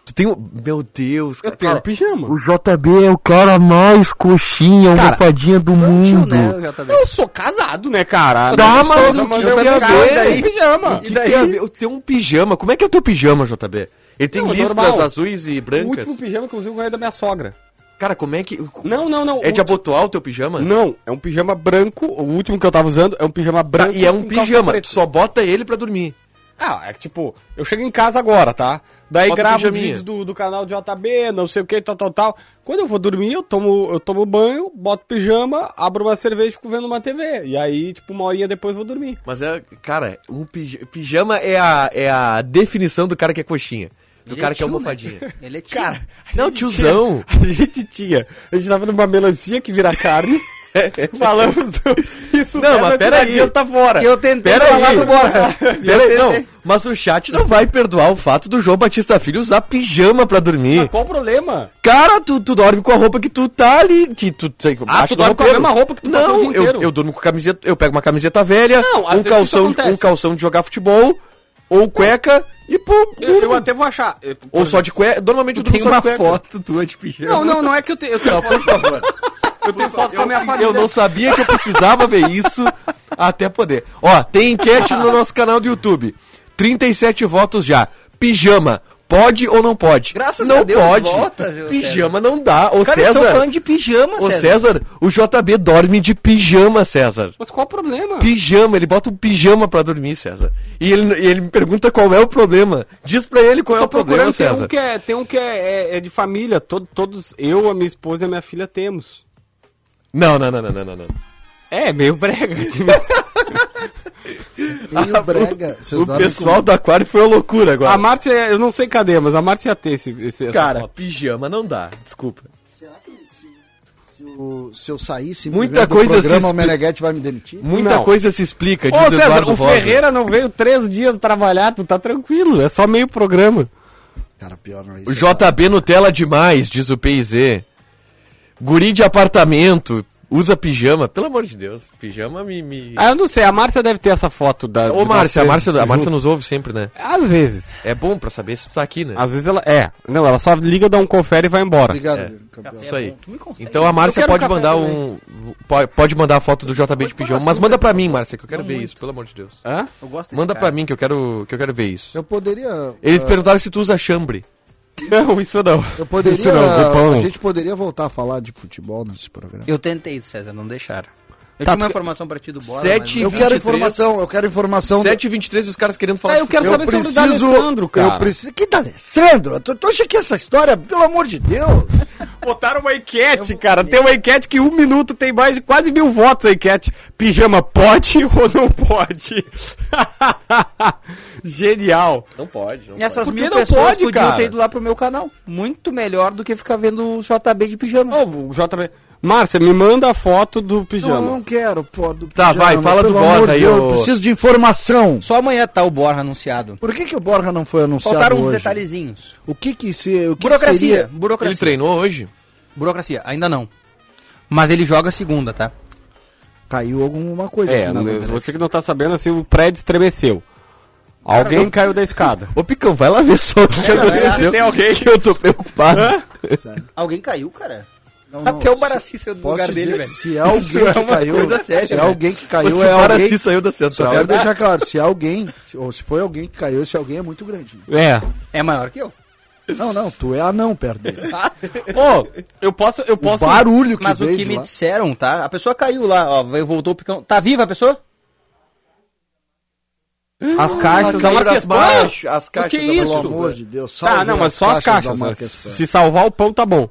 S5: Tu tem um... Meu Deus,
S2: Eu tenho pijama.
S7: JB é o cara mais coxinha, almofadinha do
S3: Tio,
S7: mundo.
S3: né, JB?
S2: Eu sou casado, né, cara?
S5: Dá,
S2: Eu
S5: mas
S2: sou-
S5: o que eu
S2: tenho
S5: quero
S2: casa
S5: ver?
S2: e pijama.
S5: E daí, eu tenho um pijama. Como é que é o teu pijama, JB? Ele tem
S2: Não, é
S5: listras
S2: normal.
S5: azuis e
S2: O
S5: brancas.
S2: último pijama que eu usei eu ganhei da minha sogra.
S5: Cara, como é que...
S2: Não, não, não.
S5: É
S2: o
S5: de
S2: último-
S5: abotoar o teu pijama?
S2: Não, é um pijama branco. O último que eu tava usando é um pijama
S5: Tá,
S2: branco.
S5: e é um
S2: com calça
S5: pijama,
S2: preta.
S5: tu só bota ele pra dormir.
S2: Ah, é que tipo, eu chego em casa agora, tá? Daí
S5: Bota o
S2: gravo os
S5: pijaminha.
S2: vídeos do, do canal de JB, não sei o que, tal, tal, tal. Quando eu vou dormir, eu tomo, eu tomo banho, boto pijama, abro uma cerveja e fico vendo uma TV. E aí, tipo, uma horinha depois eu vou dormir.
S5: Mas é, cara, um pijama, pijama é, a, é a definição do cara que é coxinha. Do
S3: Ele é
S5: cara que é
S3: tio, né?
S5: almofadinha.
S3: Ele é tio.
S2: Cara,
S5: Não, tiozão.
S2: A gente tinha. A gente tava numa melancia que vira carne. falamos do, isso
S5: Não, mas pera aí.
S2: tá fora.
S3: eu tentei
S5: Pera
S3: falar
S5: aí.
S3: do Borra.
S5: Pera aí, não, mas o chat não vai perdoar o fato do João Batista Filho usar pijama pra dormir.
S2: Mas Ah, qual o problema?
S5: Cara, tu, tu dorme com a roupa que tu tá ali. Que tu, tem
S2: Ah, tu dorme com a mesma roupa que tu passou o
S5: Não,
S2: dia
S5: eu,
S2: inteiro.
S5: eu durmo com camiseta, eu pego uma camiseta velha,
S2: Não, às
S5: um,
S2: vezes
S5: calção,
S2: isso acontece.
S5: um calção de jogar futebol, ou cueca, e pô,
S2: Eu,
S5: durmo.
S2: até vou achar.
S5: Ou só de cueca. Normalmente eu durmo
S3: Tem
S5: só
S3: uma
S5: de cueca.
S3: foto tua de pijama.
S2: Não, não, não é que eu tenho. Eu tenho foto, Eu tenho foto com a minha família.
S5: Eu não sabia que eu precisava ver isso até poder. Ó, tem enquete no nosso canal do YouTube. 37 votos já. Pijama, pode ou não pode?
S3: Graças
S5: não
S3: a Deus,
S5: pode.
S3: volta, Jô
S5: pijama não dá. Ô
S3: Cara, estão
S5: César,
S3: falando é de pijama,
S5: ô César, o JB dorme de pijama, César.
S2: Mas qual o problema?
S5: Pijama, ele bota um pijama pra dormir, César. E ele, e ele me pergunta qual é o problema. Diz pra ele qual é
S2: Tô
S5: o problema,
S2: procurando, tem
S5: César.
S2: um que, é, tem um que é, é- é de família. Todo, todos, eu, a minha esposa e a minha filha temos.
S5: Não, não, não, não, não, não, não.
S2: É, meio brega.
S4: Meio brega. Vocês
S5: O
S4: dormem
S5: pessoal do aquário foi uma loucura agora.
S2: a Márcia, eu não sei cadê, mas a Márcia ia ter esse, esse- essa
S5: Cara,
S2: foto.
S5: pijama não dá, desculpa.
S4: com- o- Se eu sair, se
S5: Muita
S4: do
S5: coisa se
S4: programa, o
S5: expli-
S4: Meneghetti vai me demitir.
S5: Muita
S2: Não.
S5: coisa se explica, diz
S2: Ô, César,
S5: Eduardo
S2: o
S5: Rosa.
S2: Ferreira não veio três dias trabalhar, tu tá tranquilo, é só meio programa.
S4: Cara, pior não é isso.
S5: O
S4: é sabe.
S5: JB Nutella demais, diz o PIZ. Guri de apartamento, usa pijama. Pelo amor de Deus, pijama me... me...
S2: Ah, eu não sei, a Márcia deve ter essa foto da.
S5: Ô, Márcia, a Márcia, a Márcia
S2: não.
S5: nos ouve sempre, né?
S2: Às vezes.
S5: É bom pra saber se tu tá aqui, né?
S2: Às vezes ela. É. Não, ela só liga, dá um confere e vai embora.
S4: Obrigado,
S5: É.
S4: campeão.
S5: Isso aí.
S3: tu me consegue.
S5: Então a Márcia
S2: Eu quero
S5: pode
S2: café
S5: mandar
S2: também.
S5: um... po- Pode mandar a foto do JB de pijama, mas
S2: né?
S5: manda pra mim, Márcia, que eu quero ver isso, pelo amor de Deus.
S2: Hã?
S3: Eu gosto desse
S5: Manda
S3: cara.
S5: pra mim que eu quero, que eu quero ver isso.
S4: Eu poderia.
S5: Eles
S4: ah,
S5: perguntaram se tu usa chambre.
S2: Não, isso não.
S4: Eu poderia.
S2: Isso não, Gupão.
S4: a gente poderia voltar a falar de futebol nesse programa.
S3: Eu tentei, César, não deixaram. Eu
S2: Tá,
S3: tinha uma
S2: tu-
S3: informação pra ti do Borra,
S5: Sete-
S3: mas
S4: Eu
S3: não-
S4: quero
S5: 23.
S4: informação, eu quero informação. do-
S5: 7h23 os caras querendo falar...
S2: Ah, eu quero
S4: Eu
S2: saber sobre o
S4: preciso.
S2: D'Alessandro, cara.
S4: Eu preciso. Que D'Alessandro? Tu, tu acha que essa história, pelo amor de Deus?
S2: Botaram uma enquete, cara. Tem uma enquete que um minuto tem mais de quase mil votos a enquete. Pijama pode ou não pode? Genial.
S5: Não pode, não
S3: Essas
S2: Por que
S3: mil
S2: não
S3: pessoas
S2: pode,
S3: podiam
S2: cara?
S3: ter ido lá pro meu canal. Muito melhor do que ficar vendo o JB de pijama.
S2: Ô, o JB. Márcia, me manda a foto do
S4: Não, eu
S2: pijama.
S4: não quero, pô. do
S5: Tá,
S4: pijama,
S5: vai, fala do
S4: pelo amor
S5: Borja aí,
S4: de Deus,
S5: ô-
S4: Eu preciso de informação.
S3: Só amanhã tá o Borra anunciado.
S4: Por que, que o Borja não foi anunciado
S3: Faltaram uns
S4: hoje?
S3: detalhezinhos.
S4: O que que se... O que
S3: burocracia,
S4: Que seria?
S3: burocracia.
S5: Ele treinou hoje?
S3: Burocracia, ainda não. Mas ele joga segunda, tá?
S4: Caiu alguma coisa
S2: É,
S4: aqui
S2: não,
S4: na
S2: eu-
S4: bandeira.
S2: você que não tá sabendo, assim, o prédio estremeceu. Alguém caiu da escada.
S5: Ô, Picão, vai lá ver só o que aconteceu.
S2: tem alguém.
S5: que eu tô preocupado.
S3: Alguém caiu, cara.
S4: Não, não,
S3: Até o
S4: se-
S3: Baraci saiu do
S4: Posso
S3: lugar
S4: dizer,
S3: dele, velho.
S4: se é alguém que caiu... se é alguém que caiu,
S5: Se
S4: é
S5: o cara
S4: alguém...
S5: se saiu da
S4: Só
S5: central.
S4: quero deixar claro, se é alguém, se- ou se foi alguém que caiu, esse alguém é muito grande.
S2: É.
S3: É maior que eu.
S4: Não, não, tu é anão perto dele.
S2: Ô, eu posso, eu
S4: O
S2: posso.
S4: barulho que
S3: Mas o
S4: veio
S3: que
S4: de
S3: me
S4: lá.
S3: disseram, tá? A pessoa caiu lá, ó, veio- voltou o picão. Tá viva a pessoa?
S2: As caixas da
S5: As,
S2: Marquespan.
S5: baixas, as caixas
S2: Ah, que
S5: da
S2: isso?
S4: Pelo
S5: Marquespan.
S4: amor de Deus, salve
S2: Tá, não, mas só as caixas.
S4: da
S2: mas
S4: Marquespan.
S2: se salvar o pão, tá bom.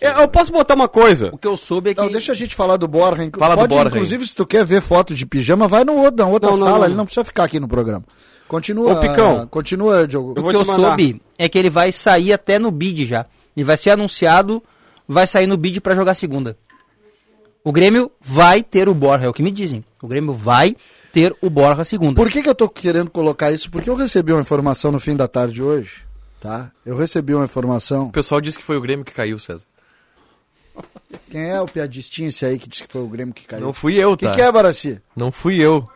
S2: É, Eu, eu posso botar uma coisa.
S3: O que eu soube é que.
S4: Não, deixa a gente falar do Borra. inclu-
S5: Fala do
S4: Pode,
S5: Borja,
S4: inclusive, se tu quer ver foto de pijama, vai no outro, na outra
S2: Não, não,
S4: sala,
S2: não.
S4: ele não precisa ficar aqui no programa. Continua,
S2: Ô, Picão.
S4: continua, Diogo.
S2: Eu
S3: O
S2: vou
S3: que
S2: te
S3: eu
S2: mandar.
S3: soube é que ele vai sair até no bid já. E vai ser anunciado, vai sair no bid pra jogar segunda. O Grêmio vai ter o Borja, é o que me dizem. O Grêmio vai ter o Borja segunda.
S4: Por que, que eu tô querendo colocar isso? Porque eu recebi uma informação no fim da tarde hoje, tá? Eu recebi uma informação.
S5: O pessoal disse que foi o Grêmio que caiu, César.
S4: Quem é o piadistinho esse aí que disse que foi o Grêmio que caiu?
S5: Não
S4: O
S5: fui eu,
S4: que,
S5: tá?
S4: que é, Baraci?
S5: Não fui eu.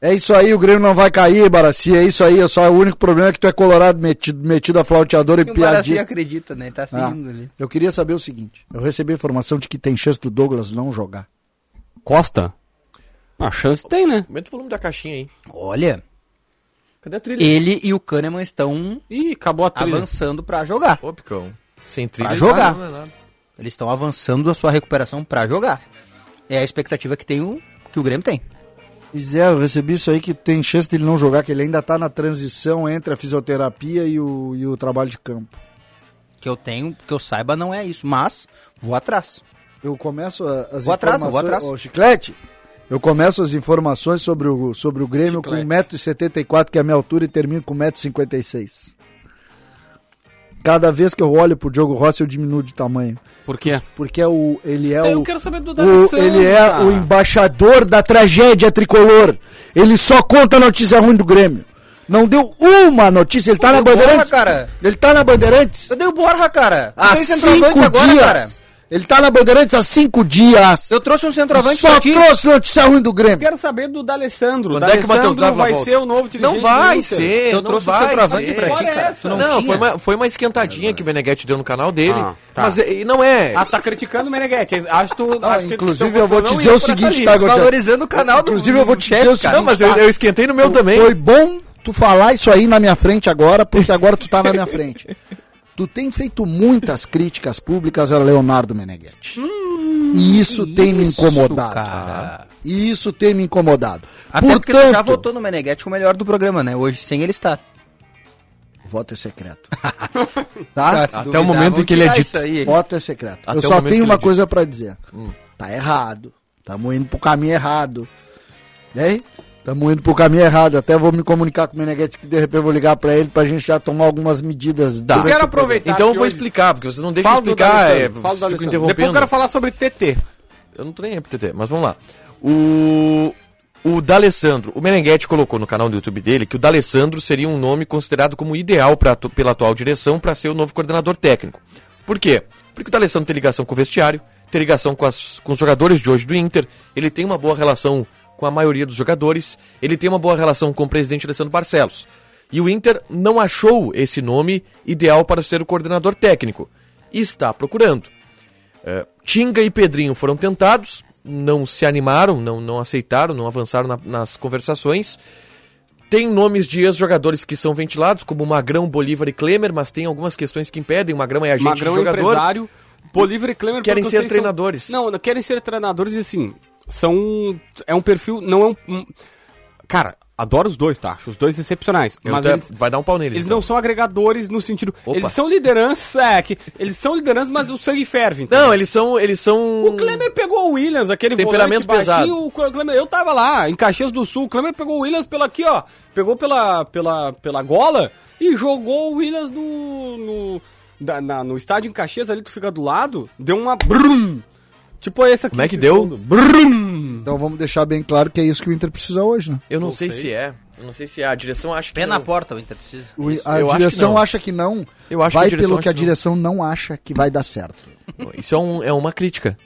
S4: É isso aí, o Grêmio não vai cair, Baraci. É isso aí, é só o único problema é que tu é colorado, metido, metido a flauteador
S2: é
S4: e
S3: O Baraci
S4: piadista.
S3: acredita, né? Ele tá
S4: Ah,
S3: seguindo ali.
S4: eu queria saber o seguinte: eu recebi a informação de que tem chance do Douglas não jogar.
S2: Costa?
S5: Ah,
S2: Uma chance tem, né?
S5: Aumenta o volume da caixinha aí.
S3: Olha,
S5: Cadê a trilha?
S3: ele e o Kahneman estão
S2: Ih, acabou a trilha.
S3: avançando pra jogar.
S5: Ô, Picão. Sem trilha.
S3: Pra jogar.
S5: Não, é nada.
S3: Eles estão avançando a sua recuperação pra jogar. É a expectativa que tem o que o Grêmio tem.
S4: Pois é, eu recebi isso aí que tem chance dele não jogar, que ele ainda tá na transição entre a fisioterapia e o, e o trabalho de campo.
S3: Que eu tenho, que eu saiba, não é isso. Mas vou atrás.
S4: Eu começo a- as
S3: Vou atrás,
S4: informações-
S3: vou atrás.
S4: Ô, Chiclete, eu começo as informações sobre o, sobre o Grêmio com 1,74m, que é a minha altura, e termino com 1,56m. Cada vez que eu olho pro Diogo Rossi, eu diminuo de tamanho.
S2: Por quê?
S4: Porque é o, ele
S2: Então,
S4: é o...
S2: saber do
S4: O- ele é o embaixador da tragédia tricolor. Ele só conta notícia ruim do Grêmio. Não deu uma notícia. Ele tá na
S3: deu bola,
S4: Bandeirantes.
S3: cara.
S4: Ele tá na Bandeirantes
S3: Eu dei o Borra, cara. Tu
S4: há
S3: tem
S4: cinco
S3: agora,
S4: dias.
S3: cara.
S4: Ele tá na Bandeirantes há cinco dias.
S3: Eu trouxe um centroavante
S4: só
S3: pra ti.
S4: trouxe notícia ruim do Grêmio.
S2: Quero saber do D'Alessandro.
S5: Quando é que o Matheus Dávila
S2: vai
S5: volta?
S2: ser o novo dirigente
S5: Não vai
S2: do Inter.
S5: ser.
S3: Eu
S5: não
S3: trouxe o
S5: vai
S3: centroavante
S5: ser. é
S3: pra ti, cara. Tu não
S5: Não,
S3: tinha?
S5: foi, uma, foi uma esquentadinha que o Beneguete deu no canal dele.
S2: Ah, tá.
S5: Mas é- e não é.
S2: Ah, tá criticando o Meneghetti. Acho tu,
S4: Ah,
S2: acho que
S4: inclusive,
S2: tu-
S4: eu vou
S2: tu
S4: te
S2: não
S4: dizer
S2: ia
S4: o
S2: por essa
S4: seguinte,
S2: linha.
S4: tá, Gautinho?
S3: Valorizando o canal do
S4: Inclusive, eu vou te dizer o seguinte,
S5: Não, mas eu,
S4: tá?
S5: eu esquentei no meu também.
S4: Foi bom tu falar isso aí na minha frente agora, porque agora tu tá na minha frente. Tu tem feito muitas críticas públicas a Leonardo Meneghetti. e isso tem me incomodado.
S3: Hum, cara.
S4: E isso tem me incomodado.
S3: Até porque tu já
S4: Ah, Portanto,
S3: votou no Meneghetti o melhor do programa, né? Hoje, sem ele estar.
S4: o voto é secreto. Ah,
S3: Tá?
S5: Até o momento em que ele é dito.
S4: O voto é secreto.
S5: Até
S4: Eu
S5: o
S4: só
S5: momento que
S4: tenho
S5: ele
S4: uma
S5: diz. Hum.
S4: coisa pra dizer. Tá errado. Tamo indo pro caminho errado. Né? Tamo indo pro caminho errado. Até vou me comunicar com o Meneghetti que de repente eu vou ligar pra ele pra gente já tomar algumas medidas.
S5: Tá.
S2: quero
S4: durante o programa.
S2: aproveitar
S5: Então eu
S2: que
S5: vou
S2: hoje-
S5: explicar, porque vocês não deixam
S2: Fala do
S5: explicar.
S2: D'Alessandro,
S5: É,
S2: fala do
S5: vocês ficam
S2: D'Alessandro. Depois eu
S5: interrompendo.
S2: quero falar sobre TT.
S5: Eu não tô nem aí pro TT, mas vamos lá. O. O D'Alessandro, o Meneghetti colocou no canal do YouTube dele que o D'Alessandro seria um nome considerado como ideal pra atu- pela atual direção para ser o novo coordenador técnico. Por quê? Porque o D'Alessandro tem ligação com o vestiário, tem ligação com, as- com os jogadores de hoje do Inter, ele tem uma boa relação com a maioria dos jogadores, ele tem uma boa relação com o presidente Alessandro Barcelos. E o Inter não achou esse nome ideal para ser o coordenador técnico. E está procurando. Tinga e Pedrinho foram tentados, não se animaram, não, não aceitaram, não avançaram na- nas conversações. Tem nomes de ex-jogadores que são ventilados, como Magrão, Bolívar e Klemer, mas tem algumas questões que impedem. O Magrão é agente
S2: Magrão é
S5: de jogador.
S2: empresário. Bolívar e Klemer
S5: Querem
S2: pelo que eu
S5: ser
S2: sei,
S5: treinadores.
S2: São... Não, não, querem ser treinadores e assim, são é um perfil, não é um, um- Cara, adoro os dois, tá? Acho os dois excepcionais,
S5: Eu
S2: mas
S5: até-
S2: eles,
S5: Vai dar um pau neles.
S2: eles não
S5: então.
S2: são agregadores no sentido,
S5: Opa.
S2: eles são liderança, é que eles são liderança, mas o sangue ferve. entendeu?
S5: Não, eles são. Eles são.
S2: O Klemer pegou o Williams, aquele
S5: Temperamento
S2: volante baixinho,
S5: pesado.
S2: o Klemer- eu tava lá, em Caxias do Sul, o Klemer pegou o Williams pela aqui, ó, pegou pela, pela, pela gola e jogou o Williams no, no, da- na- no estádio em Caxias, ali tu fica do lado, deu uma brum, tipo esse aqui.
S5: Como é que
S2: esse
S5: deu?
S2: fundo, Brum!
S4: Então vamos deixar bem claro que é isso que o Inter precisa hoje, né?
S5: Eu não, sei, se é. Eu não sei se é. A direção acha que.
S3: Pé na
S5: não.
S3: porta, o Inter precisa.
S4: O-
S5: Isso,
S4: a
S5: eu acho
S4: direção
S5: que não.
S4: acha que não.
S5: Eu acho que
S4: vai
S5: a direção
S4: pelo
S5: acha
S4: que a
S5: que não.
S4: direção não. acha que vai dar certo.
S5: Isso é, um- é uma crítica.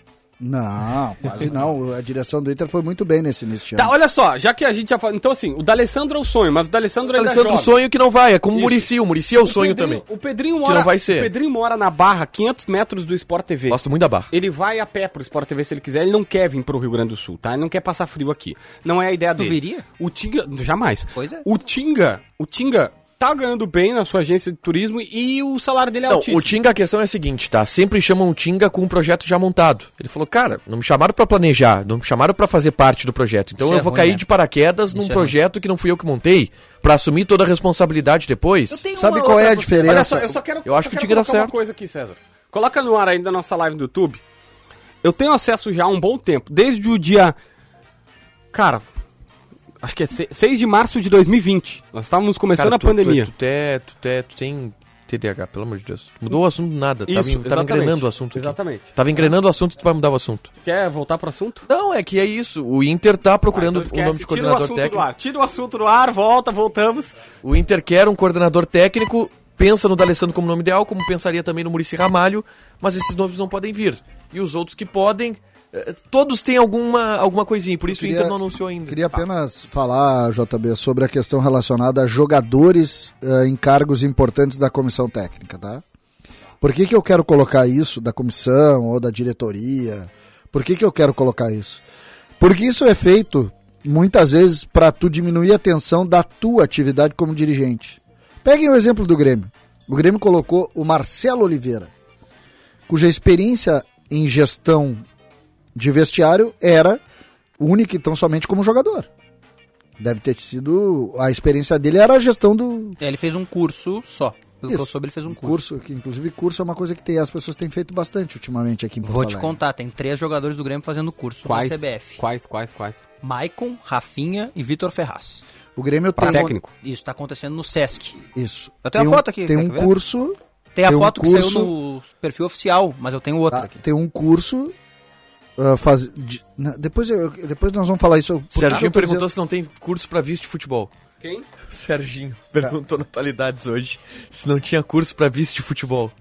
S4: Não, quase não. A direção do Inter foi muito bem nesse início. de
S2: Tá,
S4: ano.
S2: olha só, já que a gente já falou, então assim, o D'Alessandro é o sonho, mas o D'Alessandro ainda
S5: Alessandro,
S2: joga.
S5: sonho que não vai. É como o
S2: Isso.
S5: Murici. O Murici é o, sonho
S2: Pedrinho- O
S5: também.
S2: Pedrinho
S5: Que
S2: mora,
S5: não vai ser.
S2: O Pedrinho mora na Barra, 500 metros do Sport TV.
S5: Gosto muito da barra.
S2: Ele vai a pé pro Sport TV se ele quiser. Ele não quer vir pro Rio Grande do Sul, tá? Ele não quer passar frio aqui. Não é a ideia dele.
S3: viria?
S2: O Tinga. Jamais.
S3: Pois é.
S2: O Tinga. O Tinga tá ganhando bem na sua agência de turismo e o salário dele é
S5: Não,
S2: altíssimo.
S5: o Tinga, a questão é a seguinte, tá? Sempre chamam o Tinga com um projeto já montado. Ele falou, cara, não me chamaram pra planejar, não me chamaram pra fazer parte do projeto. Então
S3: Isso
S5: eu
S3: é
S5: vou
S3: ruim,
S5: cair
S3: né?
S5: de paraquedas num
S3: é ruim.
S5: projeto que não fui eu que montei, pra assumir toda a responsabilidade depois.
S4: Sabe qual é a diferença?
S2: Olha só, eu só quero,
S5: Eu acho que
S2: só
S5: o
S2: quero
S5: Tinga dá
S2: colocar uma
S5: certo.
S2: coisa aqui, César. Coloca no ar ainda da nossa live do YouTube. Eu tenho acesso já há um bom tempo, desde o dia. Cara, acho que é se- 6 de março de 2020. Nós estávamos começando
S5: Cara,
S2: a pandemia.
S5: Tu, tu, é- tu, é- tu tem TDAH, pelo amor de Deus. Mudou o assunto nada. tava,
S2: Isso,
S5: en- tava engrenando
S2: exatamente.
S5: o assunto. aqui.
S2: Exatamente.
S5: Tava engrenando o assunto e tu vai mudar o assunto.
S2: Quer voltar pro assunto?
S5: Não, é que é isso. O Inter tá procurando
S2: Ah, então
S5: o nome
S2: esquece.
S5: de coordenador
S2: Tira o assunto
S5: técnico.
S2: do ar. Tira o assunto do ar, volta, voltamos.
S5: O Inter quer um coordenador técnico, pensa no D'Alessandro como nome ideal, como pensaria também no Murici Ramalho, mas esses nomes não podem vir. e os outros que podem. eh, Todos têm alguma, alguma coisinha, por isso o
S4: queria-
S5: Inter não anunciou ainda. Ah.
S4: Queria apenas falar, JB, sobre a questão relacionada a jogadores eh, em cargos importantes da comissão técnica, tá? Por que, que eu quero colocar isso da comissão ou da diretoria? Por que, que eu quero colocar isso? Porque isso é feito muitas vezes para tu diminuir a tensão da tua atividade como dirigente. Peguem o exemplo do Grêmio. O Grêmio colocou o Marcelo Oliveira, cuja experiência em gestão de vestiário era única e tão somente como jogador. Deve ter sido. A experiência dele era a gestão do
S3: É, ele fez um curso só. Pelo que eu
S4: Isso.
S3: soube, ele fez um curso.
S4: curso, que inclusive curso é uma coisa que tem, as pessoas têm feito bastante ultimamente aqui em Porto
S3: Vou te
S4: Alegre.
S3: contar, tem três jogadores do Grêmio fazendo curso
S2: Quais?
S3: na CBF.
S2: Quais, quais, quais?
S3: Maicon, Rafinha e Vitor Ferraz.
S4: O Grêmio
S2: Pra
S4: tem. um-
S2: técnico.
S3: Isso tá acontecendo no Sesc.
S4: Isso.
S3: Eu tenho
S4: Tem
S3: a
S4: um-
S3: foto aqui,
S4: Tem
S3: quer
S4: um
S3: ver?
S4: curso.
S3: Tem a
S4: Tem um
S3: foto que
S4: curso-
S3: saiu no perfil oficial, mas eu tenho outra
S4: tá?
S3: aqui.
S4: Tem um curso. ah, faz- de- na- depois, eu- depois nós vamos falar isso. Por que que eu
S5: Serginho
S4: tô
S5: perguntou se não tem curso pra vice de futebol.
S2: Quem?
S5: Serginho perguntou na atualidades hoje se não tinha curso pra vice de futebol.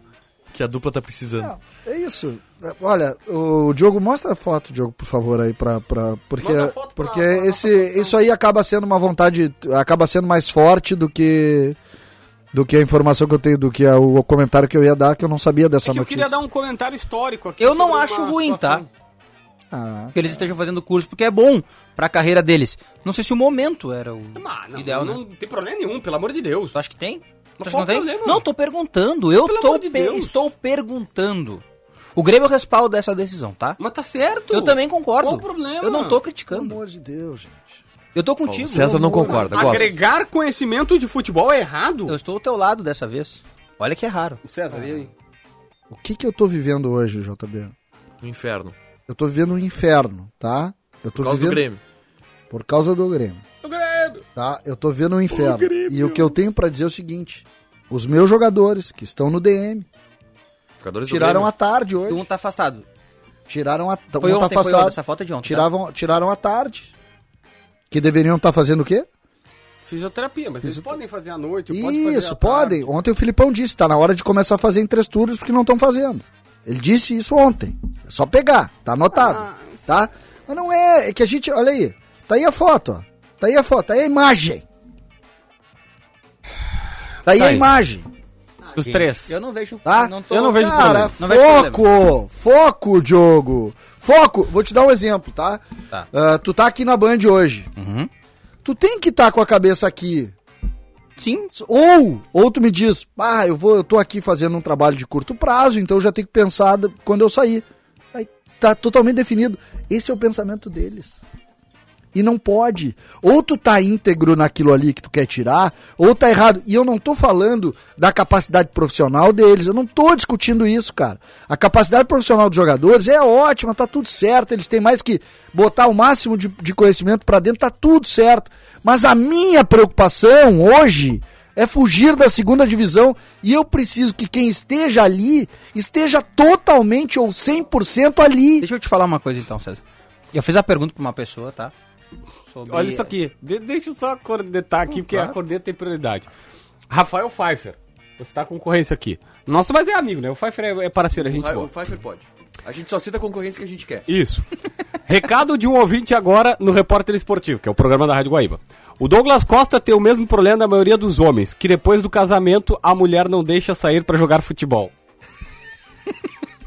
S5: Que a dupla tá precisando.
S4: dizendo- É isso. É, Olha, o Diogo, mostra a foto, Diogo, por favor, aí, pra, pra, porque,
S2: Manda a foto pra-
S4: porque
S2: pra nossa
S4: esse, isso aí acaba sendo uma vontade, acaba sendo mais forte do que, do que a informação que eu tenho, do que a- o comentário que eu ia dar, que eu não sabia
S2: É
S4: dessa
S2: que eu
S4: notícia.
S2: queria dar um comentário histórico aqui.
S3: Eu não
S2: sobre
S3: acho
S2: uma
S3: ruim,
S2: situação.
S3: tá?
S2: um
S4: Ah,
S3: Que eles estejam fazendo curso porque é bom pra carreira deles. Não sei se o momento era o
S2: Mas Ah, não,
S3: ideal,
S2: não
S3: né? Tá
S2: tem problema nenhum, pelo amor de Deus.
S3: Tu acha que tem? Tu acha que
S2: qual
S3: não tem?
S2: problema?
S3: Não, tô perguntando. Eu
S2: Pelo
S3: tô
S2: amor de
S3: pe-
S2: Deus.
S3: estou perguntando. O Grêmio respalda essa decisão, tá?
S2: Mas tá certo.
S3: Eu também concordo.
S2: Qual o problema?
S3: Eu não tô
S4: pelo
S3: criticando.
S4: amor de Deus, gente.
S3: Eu tô contigo.
S5: César não concorda, gosta.
S2: Agregar conhecimento de futebol é errado?
S3: Eu estou ao teu lado dessa vez. Olha que é raro.
S2: César, e aí?
S4: O que que eu tô vivendo hoje, JB?
S5: No inferno.
S4: Eu tô vivendo um inferno, tá? Eu tô
S5: Por causa do
S4: vivendo
S5: Grêmio.
S4: por causa do Grêmio.
S2: Ah. Eu credo.
S4: tá? Eu tô vendo um inferno. e o que eu tenho pra dizer é o seguinte: os meus jogadores que estão no DM
S5: Jogadores
S4: tiraram
S5: do
S4: a
S5: Grêmio.
S4: tarde hoje.
S3: Um tá afastado.
S4: Tiraram a
S3: Foi
S4: um tá
S3: ontem, foi
S4: afastado.
S3: ontem. Essa foto é de ontem. tá?
S4: Tiravam, tiraram a tarde. Que deveriam estar fazendo o quê?
S2: Fisioterapia, mas eles podem fazer à noite. pode fazer à
S4: Isso,
S2: tarde.
S4: podem. Ontem o Filipão disse, tá na hora de começar a fazer em três turnos porque não estão fazendo. Ele disse isso ontem. É só pegar, tá anotado, tá? Mas não é, é que a gente, olha aí. Tá aí a foto, ó. Tá aí a foto, tá aí a imagem. Tá aí a
S5: aí.
S4: imagem,
S2: Os três.
S3: Eu não vejo.
S4: tá?
S3: não tô-
S4: Cara,
S3: Ah, Não vejo
S4: foco, foco, Diogo. Foco. Vou te dar um exemplo, tá?
S3: Tá.
S4: Ah, tu tá aqui na Band hoje.
S3: Uhum.
S4: Tu tem que estar com a cabeça aqui
S3: Sim.
S4: Ou, ou tu me diz, ah, eu vou, eu tô aqui fazendo um trabalho de curto prazo, então eu já tenho que pensar do- quando eu sair. Aí tá totalmente definido. Esse é o pensamento deles. E não pode. Ou tu tá íntegro naquilo ali que tu quer tirar, ou tá errado. E eu não tô falando da capacidade profissional deles, eu não tô discutindo isso, cara. A capacidade profissional dos jogadores é ótima, tá tudo certo, eles têm mais que botar o máximo de, de conhecimento pra dentro, tá tudo certo. Mas a minha preocupação hoje é fugir da segunda divisão e eu preciso que quem esteja ali esteja totalmente ou 100% ali.
S3: Deixa eu te falar uma coisa então, César. Eu fiz a pergunta pra uma pessoa, tá? Sobre-
S2: Olha isso aqui. De- deixa eu só cornetar aqui, porque
S3: claro.
S2: a corneta tem prioridade. Rafael Pfeiffer. Você tá com concorrência aqui. Nossa, mas é amigo, né? O Pfeiffer é, é parceiro, a gente
S5: O
S2: boa.
S5: Pfeiffer pode. A gente só cita a concorrência que a gente quer.
S2: Isso. Recado de um ouvinte agora no Repórter Esportivo, que é o programa da Rádio Guaíba. O Douglas Costa tem o mesmo problema da maioria dos homens, que depois do casamento a mulher não deixa sair pra jogar futebol.